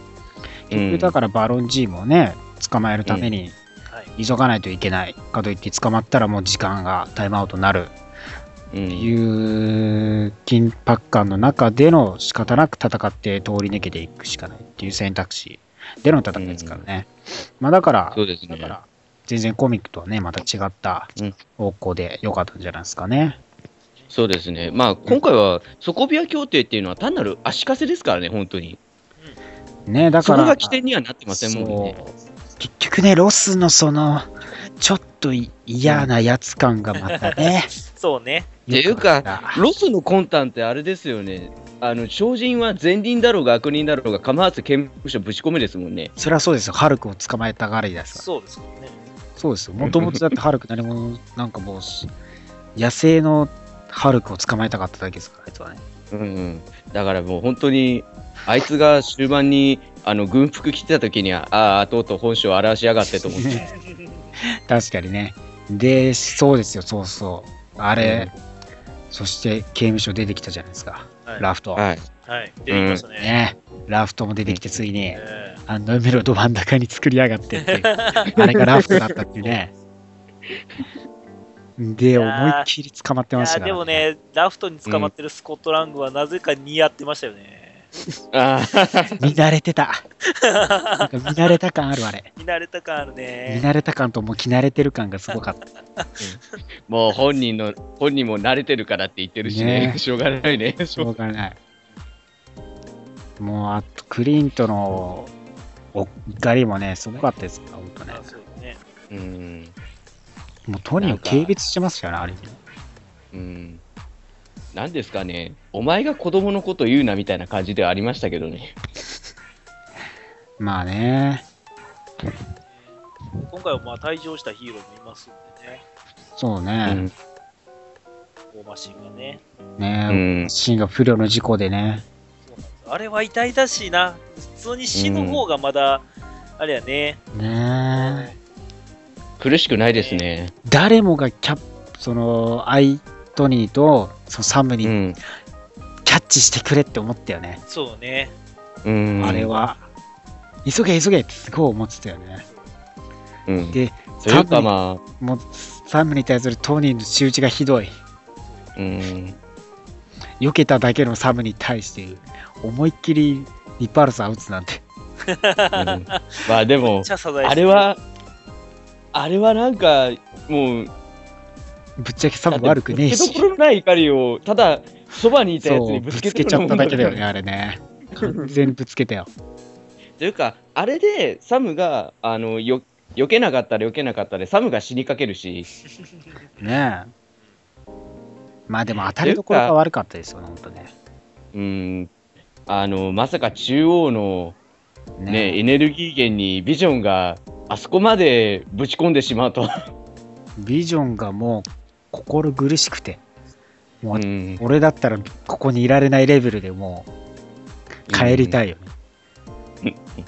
結
うん
局だからバロン G もね、捕まえるために
はい。
急がないといけない。かといって捕まったらもう時間がタイムアウトになる。っ
う
て
ん。
いう緊迫感の中での仕方なく戦って通り抜けていくしかないっていう選択肢での戦いですからね。まあだから
そ、うです
だ
ね
か。ら全然コミックとはね、また違った
うん
方向で良かったんじゃないですかね。
そうですね。まあ、今回は、底ビア協定っていうのは単なる足かせですからね、本当に。
ね、だ
そ
から、
こが起点にはなってませんもんね。
そう結局ね、ロスのその、ちょっとい嫌なやつ感がまたね。
そうね。
ていう
良
か
った、
ロスの魂胆ってあれですよね。あの、超人は善人だろうが悪人だろうが構わず刑務所ぶち込めですもんね。
それはそうですよ。ハルクを捕まえたがりですから。
そうですもんね。
そうですよ。もともとだってハルク何者、なんかもう、野生のハルクを捕まえたかっただけですから、あいつはね。
うん、うん。だからもう本当に、あいつが終盤に、あの、軍服着てた時には、ああ、とうとう本性を表しやがってと思って。
確かにね。で、そうですよ、そうそう。あれ、そして刑務所出てきたじゃないですか、
はい。
ラフト。
はい。
はい。出てきましたね。
ね、ラフトも出てきて、ついに、
え
あのメロド真ん中に作りやがってって いう、あれがラフトだったっていうね。で、
や
思い
ー
っきり捕まって
えい
まし
や、
たから、
でもね、ラフトに捕まってるスコットラングはなぜか似合ってましたよね。
ああ、
見慣れて た。なんか見慣れた感ある、あれ。
見慣れた感ある
見
ね。
慣れた感ともう着慣れてる感がすご かった。
もう本人の、本人も慣れてるからって言ってるしね。
ね
しょうがないね。し
し
ょう
ょうがない。もうあとクリントのお怒りもね、すごかったですから、ほんとね
あ。そうね。
うん。
もうとにかく軽蔑してますよね、ある意味。
うん。なんですかね。お前が子供のこと言うなみたいな感じではありましたけどね。
まあね、
今回はまあ退場したヒーローもいますんでね。
そう
う
ね、
ん。
オーマシンがね。
う
ね、
ん。
シーンが不慮の事故でね、
そうなんですあれは痛々しいな。普通に死ぬ方がまだ、あれやね。
ね
苦しくないですね。
誰もがキャップ、その、アイトニーとそのサム
う
に
ん。
キャッチしてくれって思ったよね、
そうね。
うん。
あれ。は。急げ急げってすごい思ってたよね。
うん。
で、
という
多
か
分
ま
もうサムに対するトニーの仕打ちがひどい。
あ、うん。
避けただけのサムに対して思いっきりリパルスアウツなんて。
うんまあで
め
も
っち、ゃサザエさん
あれは、あれはなんか、もう、
ぶっちゃけサム悪くねえ
だってぶつけど
し
こ。ろのない怒りを、ただ、そばにいたやつ
そ
に
う、
ぶ
ぶつ
つけ
け
て
ちゃっただけだよね、
ね。
あれね。完全にぶつけたよ。
というか、あれで、サムが、あの、よ、避けなかったら避けなかったで、サムが死にかけるし、
ねえ。まあでも当たりどころが悪かったですよね、本当ね。
うん、あの、まさか中央の
ね
ね、エネルギー源にビジョンがあそこまでぶち込んでしまうと。
ビジョンがもう心苦しくて、もう
うん
俺だったらここにいられないレベルでもう帰りたいよね。
やばいね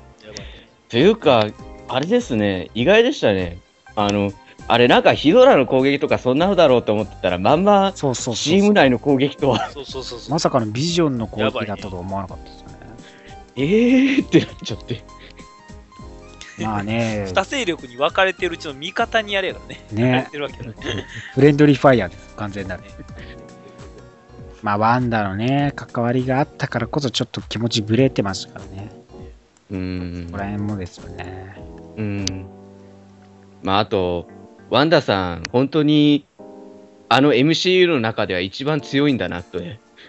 というか、あれですね、意外でしたね。あの、あれなんかヒドラの攻撃とかそんなのだろうと思ってたら、まんま
そうそう
チ
そう
ー
そ
ム
う。
内の攻撃とは、
そうそうそうそう。
まさかのビジョンの攻
やばい
撃
ね
だったとは思わなかったですよね。
えーってなっちゃって。
まあね、
二勢力に分かれてるうちの味方にやれやからね。やっ
ね、
てるわけだね。
フレンドリーファイヤーです、完全なる。まあ、ワンダのね、関わりがあったからこそ、ちょっと気持ちぶれてましたからね。
うん
ここ。ら辺もですよね。
うん。まあ、あと、ワンダさん、本当に、あの MCU の中では一番強いんだなと、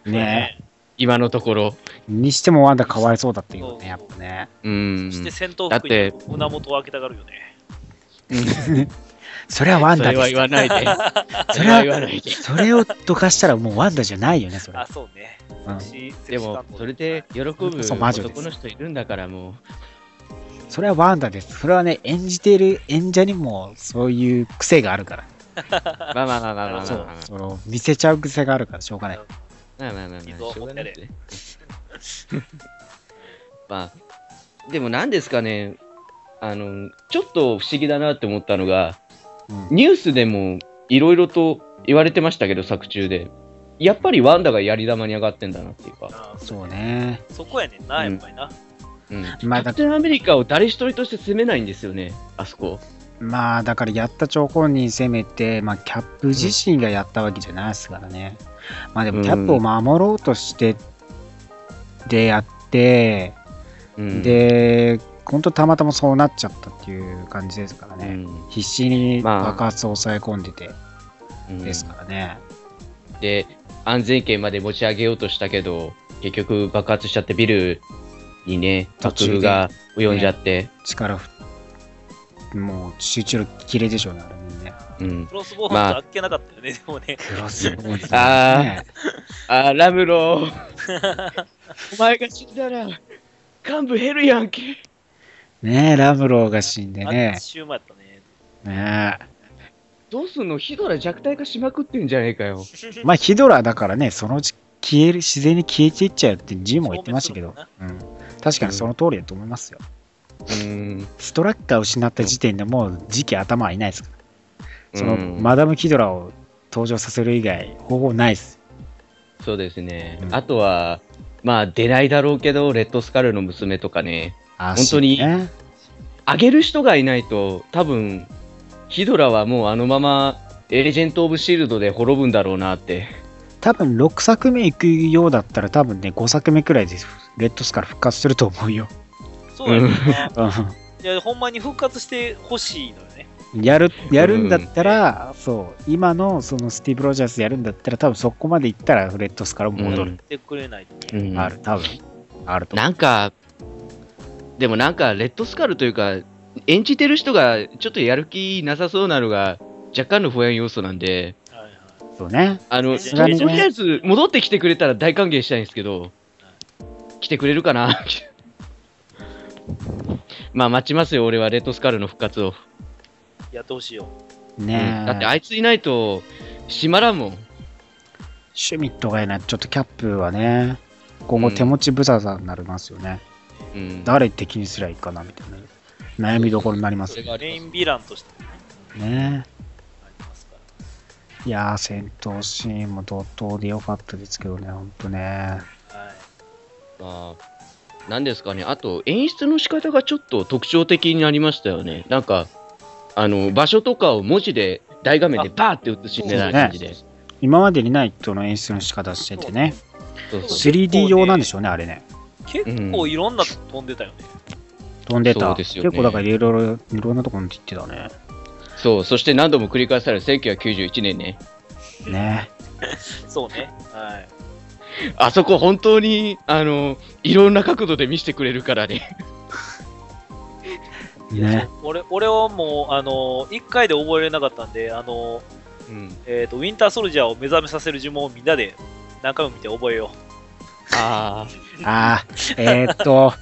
ね
今のところ。
にしてもワンダかわいそうだっていうよね、やっぱね。
うん
そ。して戦闘
だっ
服に
て
胸元を開けたがるよね。
それはワン
そ
ダ
れ
で
は
す
言。わないで。 そ
そ
れ
れ
は言わない
は
で。
それをどかしたらもうワンダじゃないよね、それ
あ、。そうね。
うん
セクシー
でも、それで喜ぶ
そう魔女です
男の人いるんだから、もう。
それはワンダです。それはね、演じている演者にもそういう癖があるから。
まあまあまあまあまあまあ
そう
まあ。
その見せちゃう癖があるから、しょうがない。
まあまあまあまあ、
傷を
しょ
持
うが
っ
な
て
い
ね
ですね。 まあ、でも何ですかね、あの、ちょっと不思議だなって思ったのが、
うん
ニュースでもいろいろと言われてましたけど、作中で。やっぱりワンダがやり玉に上がってんだなっていうか。
あそ
そうね。
そこやねんな、
う
や
ん
っぱりな。
うん。キ
まあ
ャ
だ
プテンアメリカを誰一人として攻めないんですよね、あそこ。
まあだからやった張本人攻めて、まあ、キャップ自身がやったわけじゃないですからね。まあでもキャップを守ろうとしてでやって、
うん、
で、本当たまたまそうなっちゃったっていう感じですから
う
ね。
ん、
必死に
まあ
爆発を抑え込んでて
うん
ですからね。
で、安全圏まで持ち上げようとしたけど、結局爆発しちゃってビルにね、
途
爆
中で
風が及んじゃって、
力ふもう集中力切れでしょうね、あれもね。
うん。
クロスボウハンとあっけなかったよね、でもね。
クロスボ ール、ね。
ああー、ラムロー。お前が死んだら、幹部減るやんけ。
ねえ、ラムローが死んで
あ
ね
っ。週前やったね。
ねえ
どうすんのヒドラ弱体化しまくってんじゃねえかよ。
まあ、ヒドラだからね、そのうち消える、自然に消えていっちゃうってジムも言ってましたけど
消、
うん、確かにその通りだと思いますよ。
うん。
ストラッカーを失った時点でもう次期頭はいないですから。その、
うん
マダムヒドラを登場させる以外、方法ないです。
そうですね
う。ん
あとは、まあ出ないだろうけど、レッドスカルの娘とかね、
本
本当に
ね、
あげる人がいないと、多分、ヒドラはもうあのまま、エージェント・オブ・シールドで滅ぶんだろうなって。
多分6作目行くようだったら、多分ね、5作目くらいでレッドスから復活すると思うよ。
そうやねんな。
うん
いや、ほんまに復活してほしいのよね。
やるやるんだったら、そう今のそのスティーブ・ロジャースやるんだったら多分そこまで行ったらレッドスから戻る、
やってくれないと。
うん
ある多分あると思
なんか、でもなんか、レッドスカルというか、演じてる人がちょっとやる気なさそうなのが、若干の不安要素なんで、
はいはいう
よね
あの、
さ
と
す
り
がにね
あえず戻ってきてくれたら大歓迎したいんですけど、来てくれるかなまあ待ちますよ、俺はレッドスカルの復活を。
やってほしいよ。
ねえ、
だってあいついないと閉まらんもん。
シュミットがいないちょっとキャップはね今後手持ち無沙汰になりますよね、
うん、
誰敵にすりゃいいかなみたいな悩みどころになります
それ
よ
があ
メイ
りま
ンヴィランとしてもね
ね
ありますから。
いやー戦闘シーンも怒涛で良かったですけどねほんとね
はい、
すまあなんですかね、あと演出の仕方がちょっと特徴的になりましたよね。なんか、あの場所とかを文字で、大画面でバーって映しみたいな感じで。
今までにないとの演出の仕方しててね
そうそう
そう
3D 用なんでしょうねあれね
結構いろんなとこ飛んでたよね。
飛んでた。
そうですよね
結構だからいろいろ、いろんなとこに行ってたね。
そうそして何度も繰り返される1991年ね。
ね
そうね。はい。
あそこ本当に、あの、いろんな角度で見せてくれるからね。
ね
俺俺はもう、あの、1回で覚えれなかったんで、あの、
うん。
えー、とウィンターソルジャーを目覚めさせる呪文をみんなで何回も見て覚えよ
あ
ああ、えー、っと、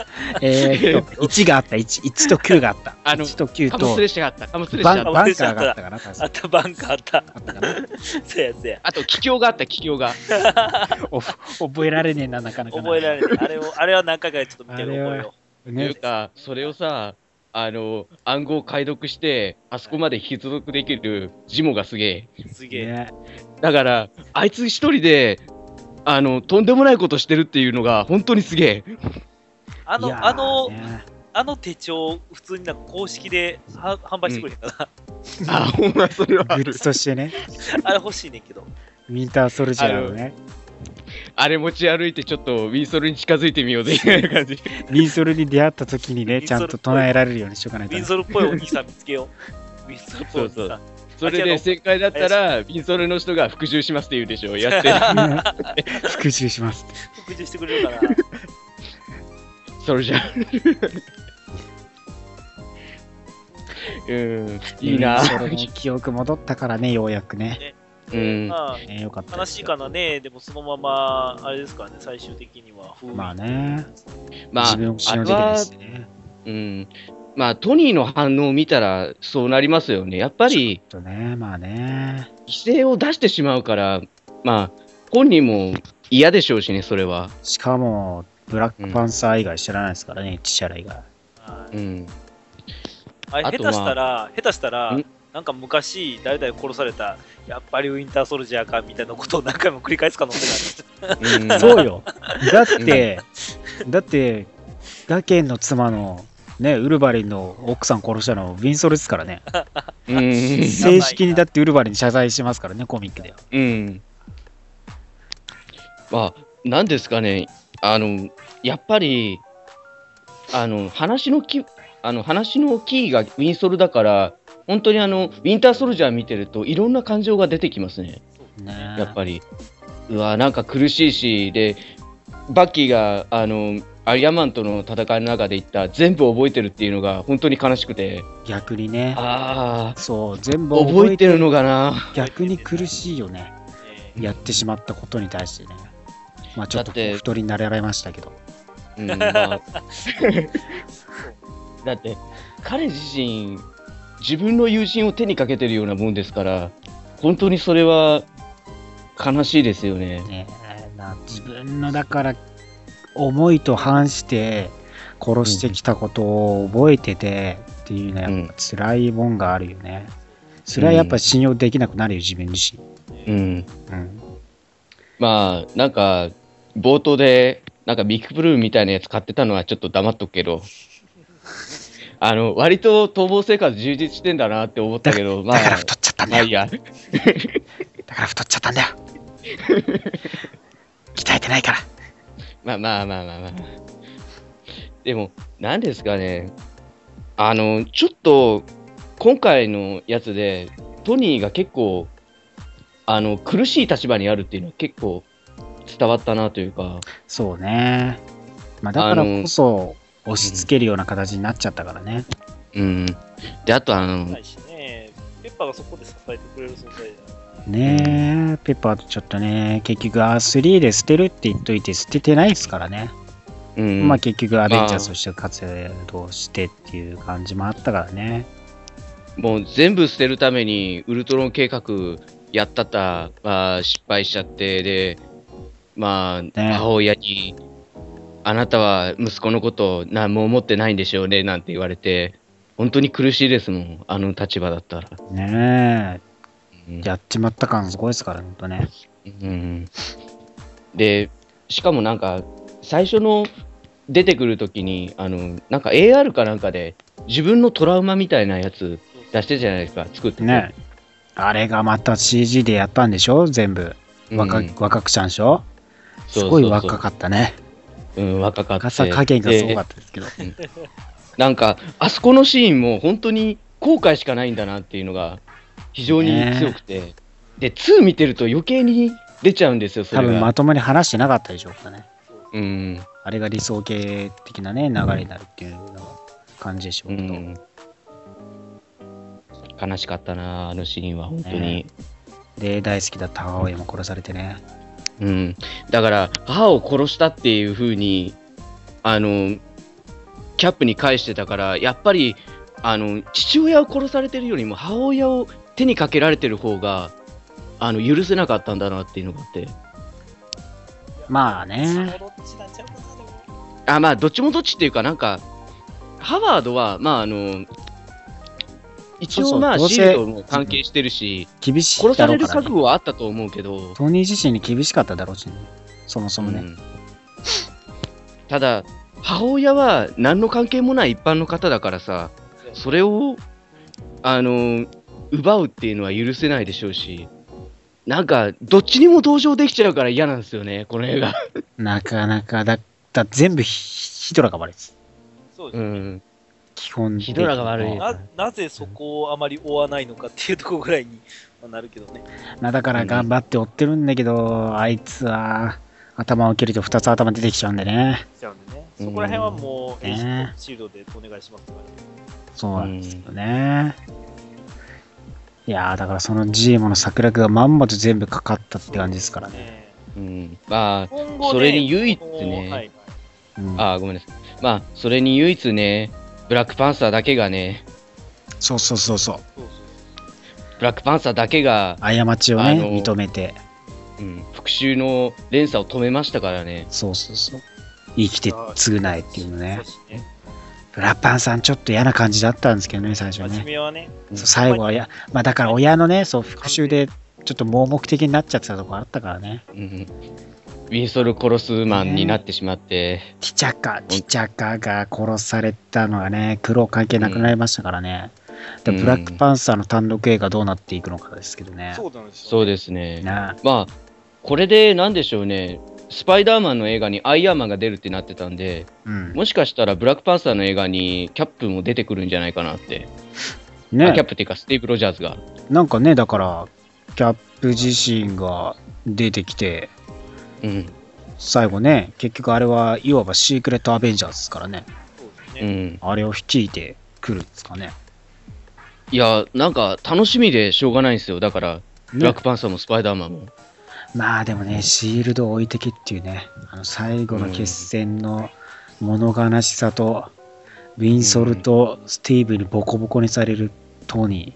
えー、っと、1があ った、1、1と9があった。
あの
1と
あ。
9
カモスレッ
と、
シャーがあった。カモスレッシャ
バ
ー
ン
が
バンカーがあっ
あった。
たかな、確
う。あ
か
ったバンカーあった。
あったかな。
そうやそうや。
あと、気境があった、気境が。
お覚えられねえな、なかなかな。
覚えられない。あれをあれは何回かちょっと見て
あ
覚え
れは
よ
という
ね。
か、それをさ、あの、暗号を解読して、あそこまで必読できるジモがすげえ。
う。すげえ。
ね
だから、あいつ一人で、あの、とんでもないことしてるっていうのが、本当にすげえ。
あ
いや
の、
ー
あの、
ね
あの手帳、普通になんか公式では販売してくれへんかな。
あ、ほんま、それはあ
グ
る
ッ。ズとして ね、
あれ欲しいねんけど。
ウィンターソルジャーをね、
あれ持ち歩いて、ちょっと、ウィンソルに近づいてみようぜ、みたいな感じ。
ミンソルに出会った時にね、
ミン
ち
ソ
ゃ
ル
んと唱えられるようにしとかな
ウ
いと
ィ
ね
ン。ソルっぽいお兄さん見つけよう。 ウィンソルっぽいお兄さん。
それで、正解だったら、ウィンソルの人が復讐しますって言うでしょ、やって。
復讐しますって。
復習してくれるかな。
それじゃあ。うん、いいな
ミン。ソルに記憶戻ったからね、ようやくね。
うん。
ま
ねよかった
あ、
で
悲し
す
い
よ
かなね。でもそのまま、あれですからね、最終的には。
まあね、
まあ、
自分を
あ
信用
れ
できない
は
し、ね。
うん。まあ、トニーの反応を見たら、そうなりますよね。やっぱり、
ちょっとね、まあね。
犠牲を出してしまうから、まあ、本人も嫌でしょうしね、それは。
しかも、ブラックパンサー以外知らないですからね、チシャラ以外。
はい
うん。
あれ
あ
下
と
手
まあ
したら、下手したら
ん、
なんか昔、誰々殺された、やっぱりウィンターソルジャーかみたいなことを何回も繰り返す可能性が
う ん
そう よ。だって、だって、ガケンの妻の、ね、ウルヴァリンの奥さん殺したのウィンソルですからね。
うん。
正式にだってウルヴァリン謝罪しますからね、コミックでは。
うん。まあ、なんですかね、あの、やっぱり、あの、話のキー、あの、話のキーがウィンソルだから、本当にあの、ウィンターソルジャー見てると、いろんな感情が出てきますね、
ね
やっぱり。うわ、なんか苦しいし、で、バッキーが、あの、アイアンマンとの戦いの中で言った、全部覚えてるっていうのが、本当に悲しくて、
逆にね、
ああ、
そう、全部
覚えてる
の
のかな。
逆に苦しいよね。
ある。ね
やってしまったことに対してね。まあちょっと
だって
太りになられましたけど。
うんまあ だって彼自身自分の友人を手にかけてるようなもんですから本当にそれは悲しいですよね。
ねえな自分のだから思いと反して殺してきたことを覚えててっていうのはやっぱ辛いもんがあるよね。それはやっぱ信用できなくなるよ、自分自身。
う
う
ん、
ん、
まあなんか冒頭でなんかビッグブルーみたいなやつ買ってたのはちょっと黙っとくけど。あの割と逃亡生活充実してんだなって思ったけど、ま
だから
あ、
太っちゃったん
ま
だ
あ
よ
いい。や、
だから太っちゃったん だよ。鍛えてないから。
まあまあまあまあまあ。でも、何ですかね。あの、ちょっと、今回のやつで、トニーが結構、あの、苦しい立場にあるっていうのは結構伝わったなというか、
そうね。まあだからこそ押し付けるような形になっちゃったからね。
うん。で、あとあの
な、いしね。ペッパーがそこで支えてくれる存在だからね
ねえ、ペッパーとちょっとね、結局アース3で捨てるって言っといて捨ててないですからね。
うん、
まあ結局アベンジャーズとして活動してっていう感じもあったからね。
もう全部捨てるために、ウルトロン計画やったった、まあ、失敗しちゃって、で、まあ、母親に、あなたは息子のことを何も思ってないんでしょうね、なんて言われて、本当に苦しいですもん、あの立場だったら。
ね
うん
え、やっちまった感すごいですから、ほんとね。
うん、で、しかもなんか、最初の出てくるときにあの、なんか AR かなんかで、自分のトラウマみたいなやつ出してたじゃないですか、作ってて。
ねえあれがまた CG でやったんでしょ全部。
うん
若,、若くちゃんでしょ
そう
す
そうそう
ごい若かったね。
うん、若かった。
若さ加減がすごか
で
ったですけど。
なんか、あそこのシーンも本当に後悔しかないんだなっていうのが非常に強くて、で、2見てると余計に出ちゃうんですよ、そ
多
れが。
分まともに話してなかったでしょうかね。
うん、
あれが理想形的なね、流れになるっていうのが感じでしょ
う
うけど。
ん。悲しかったな、あのシーンは、本当に。
で、大好きだった母親も殺されてね。
うん、だから母を殺したっていう風にあのキャップに返してたからやっぱりあの父親を殺されてるよりも母親を手にかけられてる方があの許せなかったんだなっていうのがあって
まあね。
どっちなんちゃうかなでも
あまあどっちもどっちっていうかなんかハワードはまああの一
そうそ
応
う
まあ
どうせ
シールドも関係してるし
厳し
殺
いだ
さ
ろ
れ
う
る
から、
覚
ね。
悟はあったと思うけど
トニー自身に厳しかっただろうし、ね、そもそもね。
うんただ母親は何の関係もない一般の方だからさそれをあの奪うっていうのは許せないでしょうしなんかどっちにも同情できちゃうから嫌なんですよねこの映画、
なかなかだ、だ全部ヒヒドラが悪いです。
そうで
う
すね
ん、
基本的に
ヒドラが悪い
ななぜそこをあまり追わないのかっていうところぐらいにまあなるけどね。
まあだから頑張って追ってるんだけど、あいつは頭を切ると2つ頭出てきちゃうんでね。
ちゃうんでね。そこら辺はも
う
う、
ん
エイジ
ね
とシールドでお願いしますとかね
そうなんですよね。いやーだからそのジーモの策略がまんまと全部かかったって感じですからね。
ね。
うん、まあ
今後ね
それに唯一
このはい
ね
うん、
あごめんなさいまあそれに唯一ねブラックパンサーだけがね
そうそうそうそう。
そうそう
ブラックパンサーだけが、
過ちをね、
あの
認めて。
うん、復讐の連鎖を止めましたからね
そうそうそう。生きて償えっていうのね
そう。しね
ブラッパンさんちょっと嫌な感じだったんですけどね、最初
初
ね。
めはね、
そう最後はや、まあだから親のね、そう、復讐でちょっと盲目的になっちゃってたとこあったからね。
うんウィンソル・コロスマンになってしまって、
ティチャカ、ティチャカが殺されたのがね、苦労関係なくなりましたからね。で、
うん
ブラックパンサーの単独映画どうなっていくのかですけどね。
そうなんですよ。
そうですね。
な
まあ、これでなんでしょうね、スパイダーマンの映画にアイアンマンが出るってなってたんで、
うん。
もしかしたらブラックパンサーの映画にキャップも出てくるんじゃないかなって、あキャ
ね
ッ、プっていうか、スティーブ・ロジャーズが。
なんかね、だから、キャップ自身が出てきて、
うん
最後ね、結局あれはいわばシークレットアベンジャーズですからね。
そうです
う
ね。
ん、
あれを率いてくるんですかね。
いや、なんか楽しみでしょうがないんですよ、だから、ブラックパンサーもスパイダーマンも。
まあでもね、シールドを置いてけっていうね、あの最後の決戦の物悲しさと、ウィンソルとスティーブにボコボコにされるトニ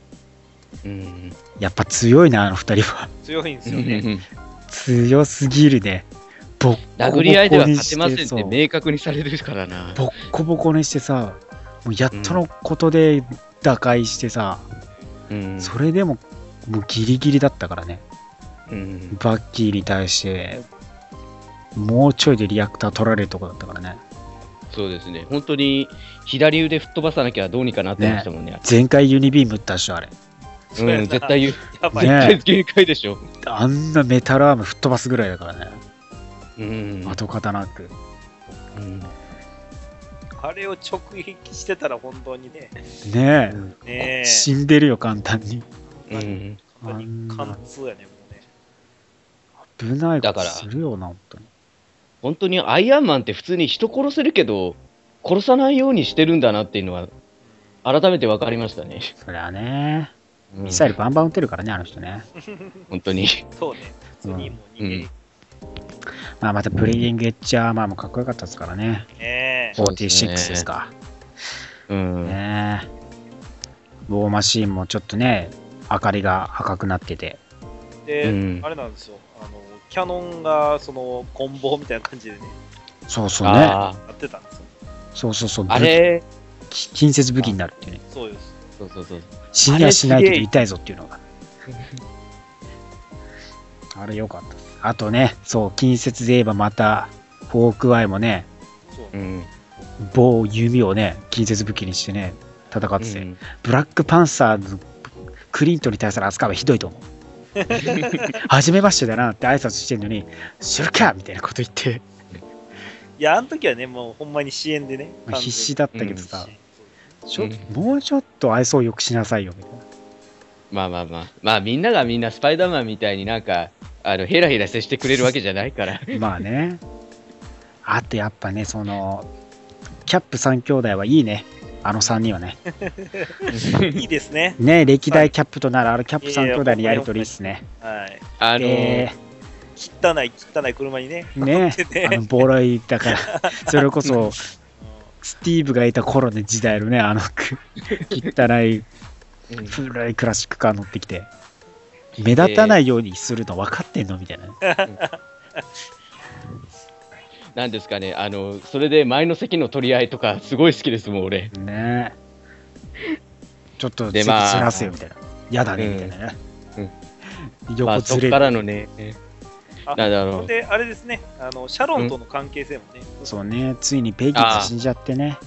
うん
ー。やっぱ強いな、あの二人は。
強いんですよね。
強すぎるね。ボッコボコ
殴
に
り合いでは勝
して
ません
そ
っ
う
て明確にされるからな。
ボッコボコにしてさ、もうやっとのことで打開してさ、
うん
それでももうギリギリだったからね。
うん
バッキーに対して、もうちょいでリアクター取られるとこだったからね。
そうですね、本当に左腕吹っ飛ばさなきゃどうにかなってましたもんね。
全開ユニビーム打ったでしょ、あれ。
そうや
う、
なん
絶対言う。
やばい。
ね
絶対限界でしょ。
あんなメタルアーム吹っ飛ばすぐらいだからね。
うん
跡形なく。
うん
あれを直撃してたら本当にね。
ねえ、
ね
死んでるよ、簡単に。
うん
本当に
あんな
貫通やね、もうね。
危ないこ
だ
と
から
するよな、本当に。
本当にアイアンマンって普通に人殺せるけど、殺さないようにしてるんだなっていうのは、改めて分かりましたね。
そりゃね、
うん
ミサイルバンバン撃てるからね、あの人ね。
本当に。
そうね。普通にもう逃げる
まあ、またブリーディングエッジアーマーもかっこよかったですからね。
ね。
そうです
46
ね
ですか。
うん。
ねえ。ウォーマシーンもちょっとね、明かりが赤くなってて。
う
で、
ん
あれなんですよ。あの、キャノンが、その、棍棒みたいな感じでね、
そうそうね。
あ
やってたんですよ。
そうそうそう。
あ、あれ、
き近接武器になるっていうね。
そうです。
そうそうそう。
死にはしない
あ
け
れす
ど
げえ
痛いぞっていうの が。あれよかった。あとね、そう、近接で言えばまた、フォークアイもね、
そう
う
ね。
ん。
棒、弓をね、近接武器にしてね、戦ってて、
うん
ブラックパンサーのクリントンに対する扱いはひどい と思う。はじめましてだなって挨拶してんのに、知るかみたいなこと言って、
いや、あの時はね、もうほんまに支援でね。
まあ必死だったけどさ
完、
ちょ
うん
もうちょっと愛想よくしなさいよ、みたいな。
まあまあまあ。まあみんながみんなスパイダーマンみたいになんか、あの、ヘラヘラ接してくれるわけじゃないから。
まあね。あとやっぱね、その、キャップ3兄弟はいいね。あの3人はね。
いいですね。
ね歴代キャップとなるあのキャップ3
いや
兄
いや
弟のやりとりですね。
はい。
あの ー
え
汚い、汚い車にね。
ー、ねあのボロいだから、それこそ、スティーブがいた頃の時代のね、あの、く汚い
うん
古いクラシックカー乗ってきて、目立たないようにするの分かってんのみたいなね。
なんですかね、あの、それで前の席の取り合いとか、すごい好きですもん、俺。
ねちょっと
で
席ず
まあ
らせよみたいな。やだねみたいなね。
ま
横
あ、そ
ず
っ
れ
か
る。
らのね、
あ
なんだ
ほ
ろ
ん
う。
で、あれですね、あのシャロンとの関係性もね、
そうね、ついにペギーズ死んじゃってね、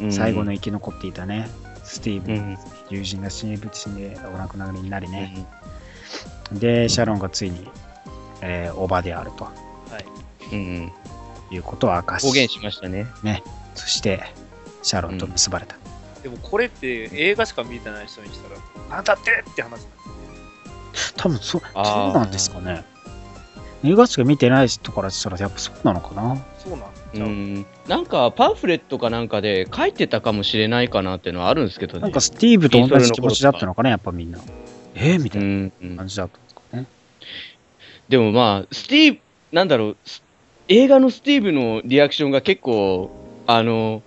うん
最後の、生き残っていたね、スティーブ、
うん
友人が死ん死んでお亡くなりになり
う
ね、
ん
で、シャロンがついに、えー、おばであると
うん、
いうことを明かし、
公言しましたね。
そして、シャロンと結ばれた。
でもこれって映画しか見てない人にしたら、なんだってって話なんですよね。
多分そ、そう
あー
なんですかね。映画しか見てない人からしたら、やっぱそうなのかな。
そうなん
う
ちゃう、
ん、なんかパンフレットかなんかで書いてたかもしれないかなっていうのはあるんですけどね。
なんかスティーブと同じ気持ちだったのかね、やっぱみんな。えーみ
う
たいなん
うん
感じだったんですかね。
でもまあ、スティーブ、なんだろう、ス映画のスティーブのリアクションが結構、あの、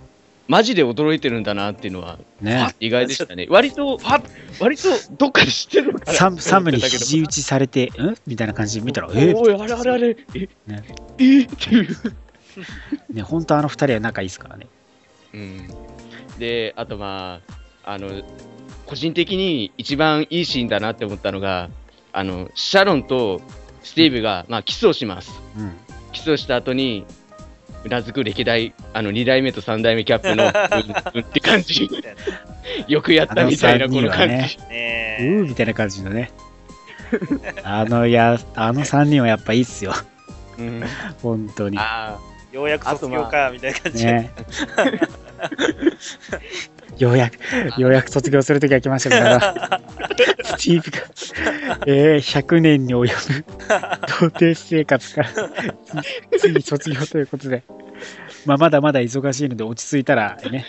マジで驚いてるんだなっていうのは、
ね
意外でしたね。割と、ファッ割とどっかで知ってるのかな
サムサムに
って思ってたけ
肘
ど
打ちされて、んみたいな感じで見たら、え
おい、あれあれあれ、え、
ね
えーっていう。
ね、本当あの二人は仲いいですからね。
うん、で、あとまあ、あの、個人的に一番いいシーンだなって思ったのが、あの、シャロンとスティーブが、まあ、キスをします。
うん。
キスをした後に、うなずく歴代、あの、2代目と3代目キャップの、うんうんって感じ。
みたい
よくやったみたいな、この
あの三人は
感
ね
じ。
な
う
ねえ
ーみたいな感じのね。あの、いや、あの三人はやっぱいいっすよ。
うん
本当に。
あ
ようやく卒業
あと
か、みたいな感じで、
ね。 ようやく、ようやく卒業する時が来ましたから、スティーブが、えー、100年に及ぶ童貞生活から、つついに卒業ということで、まあ、まだまだ忙しいので、落ち着いたらね、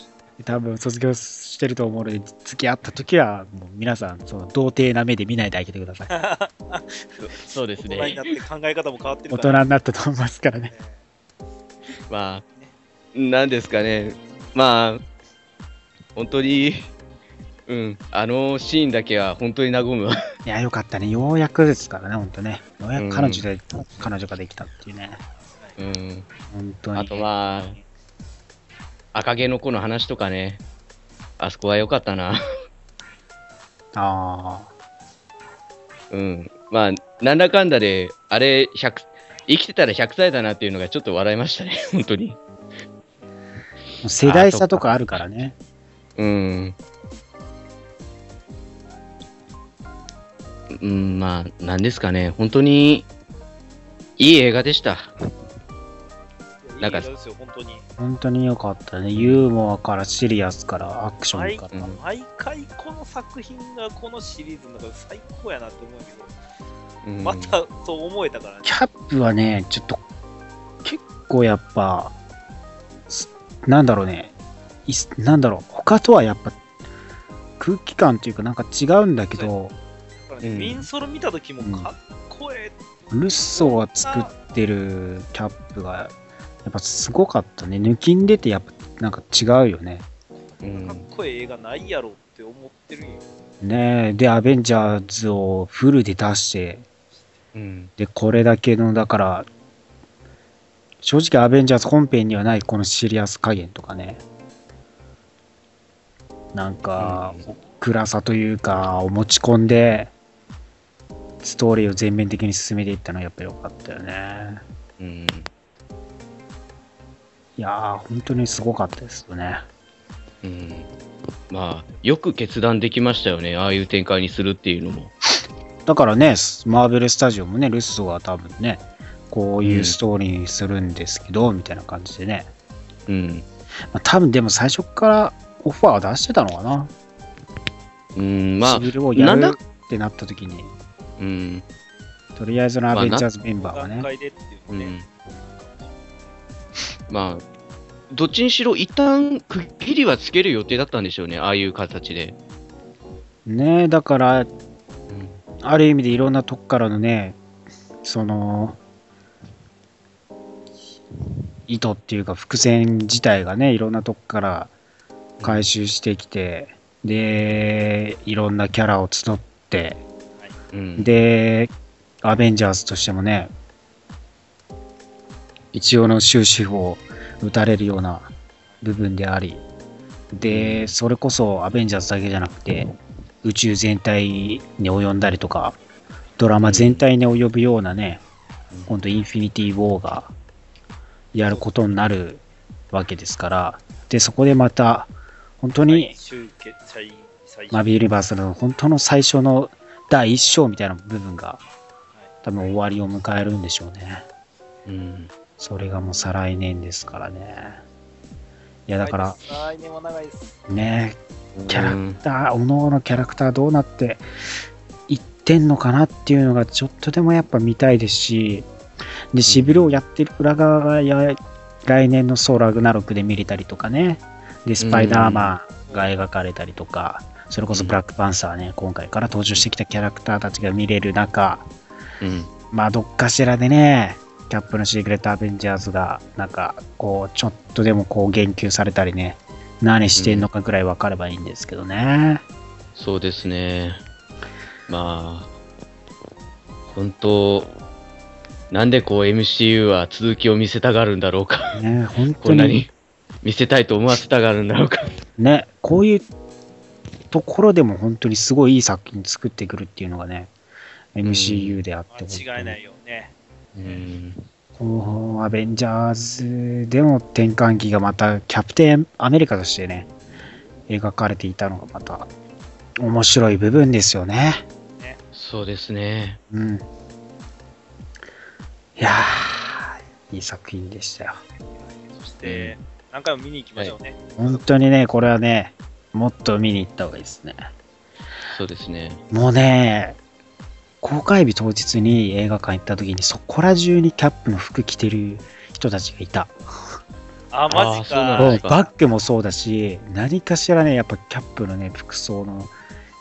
多分卒業してると思うので、付き合った時は、もう皆さん、その童貞な目で見ないであげてください。
ーそう
大
です
人に
ね
な。って考え方も変わって
大人
るから、
になったと思いますからね。
ね
まあ、なんですかね。まあ、本当に、うん、あのシーンだけは本当に和むわ。
いや、よかったね。ようやくですからね、ほんとね。ようやく彼女で、彼女ができたっていうね。
うん。
本当に。
あとまあ、赤毛の子の話とかね。あそこは良かったな。
あ
うん。まあ、なんだかんだで、あれ、100、生きてたら100歳だなっていうのがちょっと笑いましたね、 本当に。
あ。世代差とかあるからね。
うん。うん、まあ、なんですかね、本当に、いい映画でした。
いや
なんか
いい映画ですよ、本当に。
本当によかったね。ユーモアからシリアスからアクションから。
うん
毎回この作品がこのシリーズの中で最高やなって思うけど、
うん
またそう思えたからね
キ。ャップはね、ちょっと、結構やっぱ、すなんだろうね。いすなんだろう。他とはやっぱ、空気感というかなんか違うんだけど、
だからね
うん
ミンソロ見た時もかっこえ
ルッソが作ってるキャップが、やっぱすごかったね。抜きんでて、やっぱなんか違うよね。
う
え、
ん
かっこええ映画ないやろって思ってるんよ。
ねえ、で、アベンジャーズをフルで出して、
うん。
で、これだけの、だから、正直アベンジャーズ本編にはないこのシリアス加減とかね、なんか、暗さというか、を持ち込んで、ストーリーを全面的に進めていったのはやっぱ良かったよね。
うん。
いやー、本当にすごかったですよね。
うん。まあ、よく決断できましたよね、ああいう展開にするっていうのも。
だからね、マーベル・スタジオもね、ルッソは多分ね、こういうストーリーにするんですけど、みたいな感じでね、
うん。
まあ、多分でも最初からオファーは出してたのかな、
うん、まあ
シ、ビルをや
なん
る
だ
ってなった時に
うん。
とりあえずのアベンジャーズメンバーは
段
ね、
階でっていう
う
ね。
ん。まあ、どっちにしろ一旦区切りはつける予定だったんでしょうね、ああいう形で。
ねえだからある意味でいろんなとこからのねその意図っていうか伏線自体がねいろんなとこから回収してきてでいろんなキャラを募って
うん、
でアベンジャーズとしてもね一応の終止符を打たれるような部分でありでそれこそアベンジャーズだけじゃなくて宇宙全体に及んだりとかドラマ全体に及ぶようなね今度インフィニティ・ウォーがやることになるわけですからでそこでまた本当に
集結最最
マビーユニバースの本当の最初の第一章みたいな部分が多分終わりを迎えるんでしょうね。
うん
それがもう再来年ですからね。いやだから
来年も長いです。
ね、キャラクター、おのおのキャラクターどうなっていってんのかなっていうのがちょっとでもやっぱ見たいですし、で、シビルをやってる裏側がや来年のソーラグナロクで見れたりとかね、で、スパイダーマンが描かれたりとか、それこそブラックパンサーね、今回から登場してきたキャラクターたちが見れる中、
うん
まあ、どっかしらでね、キャップのシークレット・アベンジャーズが、なんか、こう、ちょっとでもこう、言及されたりね、何してんのかぐらい分かればいいんですけどね。
そうですね。まあ、本当、なんでこう MCU は続きを見せたがるんだろうか。
ね本
こ
当
んな
に
に、 見せたいと思わせたがるんだろうか。
ね、こういうところでも本当にすごいいい作品作ってくるっていうのがね、MCU であって、
間違いないよね。
うん、
こうアベンジャーズでの転換期がまたキャプテンアメリカとしてね描かれていたのがまた面白い部分ですよね。
そうですね。
うん。いやーいい作品でしたよ。
そして、何回も見に行きましょうね。
本当にね、これはね、もっと見に行った方がいいですね。
そうですね。
もうね、公開日当日に映画館行った時にそこら中にキャップの服着てる人たちがいた。
あ、マジ
あそう
か。
なんだ
う
は
ん
い
バッグもそうだし、何かしらね、やっぱキャップのね、服装の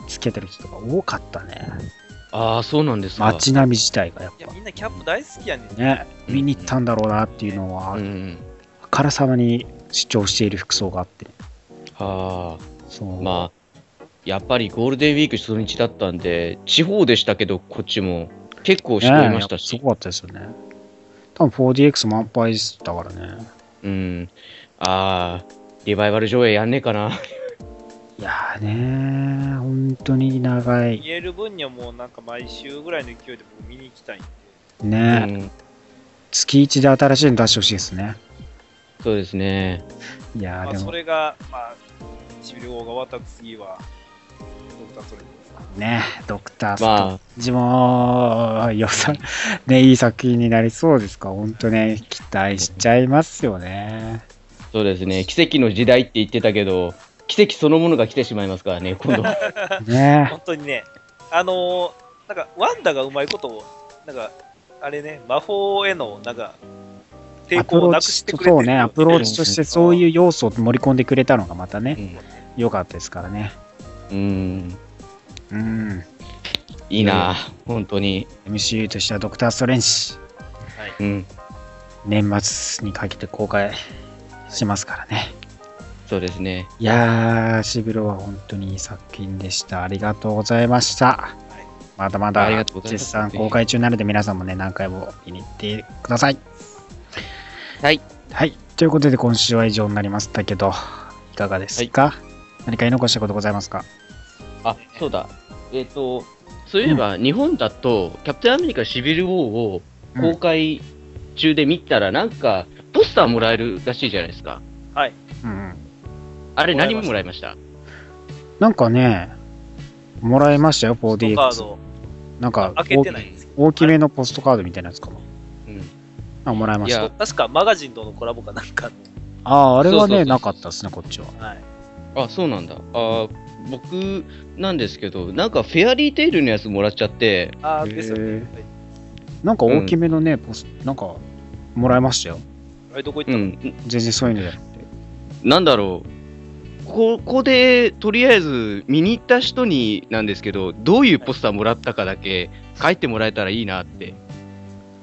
つけてる人が多かったね。
ああ、そうなんですか。
街並み自体がやっ
いや、
ぱ
みんなキャップ大好きやねん。
ね、見に行ったんだろうなっていうのは、あ
うん。
からさまに主張している服装があって。
は
そう。
あ、まあ、やっぱりゴールデンウィーク初日だったんで、地方でしたけど、こっちも結構していました
ねえやっぱす
し。
ごかったですよね。多分 4DX 満杯でしたからね。
うん。ああ、リバイバル上映やんねえかな。
いやーねー、本当に長い。
言える分にはもうなんか毎週ぐらいの勢いで僕見に行きたいんで。
ね、
うん
月1で新しいの出してほしいですね。
そうですね。
いや
ま
ー、
あ、
で
そ
も
れが、まあ、シビル王が終わった次は、ドクターストレンジですか。
ね、ドクタースト
まあ、
自もよさ、 ね、いい作品になりそうですか。本当ね、期待しちゃいますよね。
そうですね。奇跡の時代って言ってたけど、奇跡そのものが来てしまいますからね、 今度は。
ね、
本当にね、 あのーなんか、ワンダがうまいことを、なんか、あれね、魔法への、なんか、抵
アプ
抗を
ロ
な
ー
くし
チ
て
と
くれてる
そうね、アプローチとしてそういう要素を盛り込んでくれたのがまた
う
ね、
ん
良かったですからね。
うん。
うん。
いいな、本当に。
MCU としてはドクター・ストレンジ、
うん。
年末にかけて公開しますからね。
そうですね。
いやー、シブロは本当にいい作品でした。ありがとうございました。まだまだ
ありがとうございま
絶
す
賛公開中なので皆さんもね、何回も見に行ってください。
はい。
はい。ということで今週は以上になりましたけど、いかがですか、何か言い残したことございますか
あ、そうだ。えっ、と、そういえば、日本だと、キャプテンアメリカシビル・ウォーを公開中で見たら、なんか、ポスターもらえるらしいじゃないですか。
うんうん。
あれ、
もら
何
いました
もらいました
なんかね、もらいましたよ、
ポストカー
4DX。
ド
なんか
開けてないんですけ
大きめのポストカードみたいなやつかも。
うん。
あ、もらいま
い
した。
や
ど、、確かマガジンとのコラボかなんか
ああ、あれは
そうそうそ
ね、
う
なかったですね、こっちは。
の、はい、
あ、そうなんだ。あー僕なんですけど、なんかフェアリーテイルのやつもらっちゃって、
あ
へ
ー
ー
ですよね。はい
なんか大きめのね、ポスなんか、もらいましたよ。
あれ、どこ行っ
う
たの、
ん、
全然そういうのじゃなくて。
なんだろう、ここでとりあえず見に行った人になんですけど、どういうポスターもらったかだけ書いてもらえたらいいなって。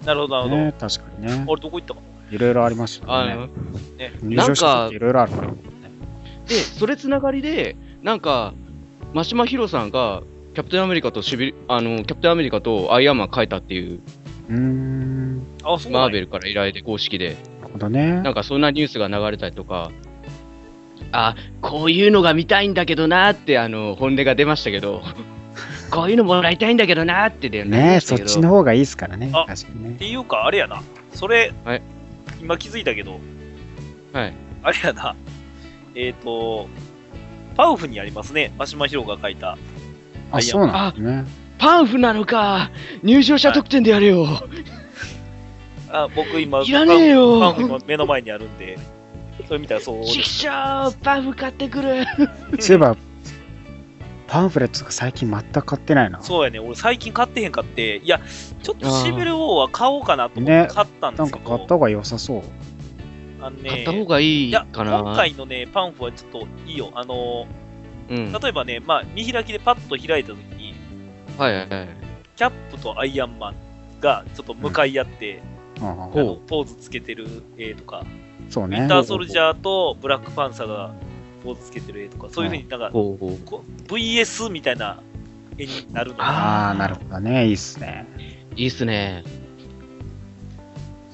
なるほど、なるほど。
ね、確かにね。
俺、どこ行ったかない
ろいろありますよ
あ
ね。
の
入場者っていろいろあるから。
で、それつながりで、なんか、真島ヒロさんがキャプテンアメリカとシビあのキャプテンアメリカとアイアンマン書いたっていう、
うーん。な
あ、そう
マ
な
ー
ん
ベ
や
ルから依頼で公式で、
るほどね
な。んかそんなニュースが流れたりとか、あこういうのが見たいんだけどなーってあの本音が出ましたけ ど、こういうのもらいたいんだけどなーって出ま
ねえ、
した
そっ
けど
ちの方がいいですからね。
あ
確かにね
っ。ていうか、あれやな。それ、
はい
今気づいたけど、
はい、
あれやな。えっ、と、パウフにありますね。真島ヒロが書いた。
あ、そうなんですね。
パンフなのか入場者特典でやれよ、
あ、僕今、
いらねえよ
パウフパウフ今目の前にあるんで、それ見たらそう。
ちくしょーパンフ買ってくる
そういえば、パンフレットが最近全く買ってないな。
そうやね。俺最近買ってへんかって、いや、ちょっとシビルウォーは買おうかなと思っ
ね
て買ったんで
なん
すけ
か
ど、
買った方が良さそう。
あのね
買った方がい
い
い
や、
かな
今回のね、パンフはちょっといいよ。あの
うん、
ー、
はい
例えばね、まあ、見開きでパッと開いたときに、
はいはい
キャップとアイアンマンがちょっと向かい合って、
ああ
ほう
あのポーズつけてる絵とか、
そう
ウィ
ね
ン。ターソルジャーとブラックパンサーがポーズつけてる絵とか、そういうふうになんか、
ほうほう
こう VS みたいな絵になるの
あ
が、
ああ、なるほどね。いいっすね。
いいっすね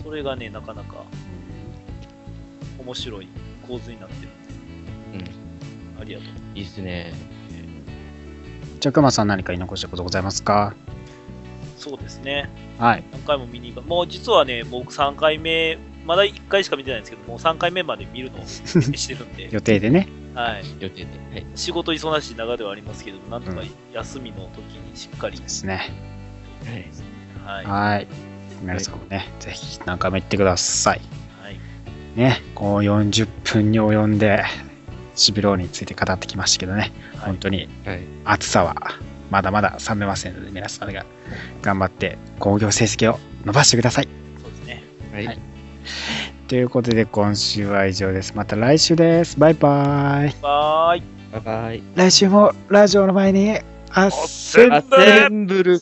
それがね、なかなか面白い構図になってるんです。ありがとう。
いいっすね
じゃあ、熊さん何か言い残したことございますか
そうですね。
はい。
何回も見に行く。もう実はね、僕3回目、まだ1回しか見てないんですけど、もう3回目まで見るのを決定してる んで、
予定でね。
はい。
予定で、はい、
仕事忙しい中ではありますけど、なんとか
うん
休みの時にしっかり
で。すね。
はい。は
はい。皆さんもね、ぜひ何回も行ってください。
い。
ね、こう40分に及んで、シビローについて語ってきましたけどね、
はい
本当に
はい、
暑さはまだまだ冷めませんので、皆さんが頑張って工業成績を伸ばしてください。
そうですね。
はい
はいということで、今週は以上です。また来週です。バイバイ。
バーイ。
バイバイ
来週もラジオの前に、あっ
せんべい
ンブル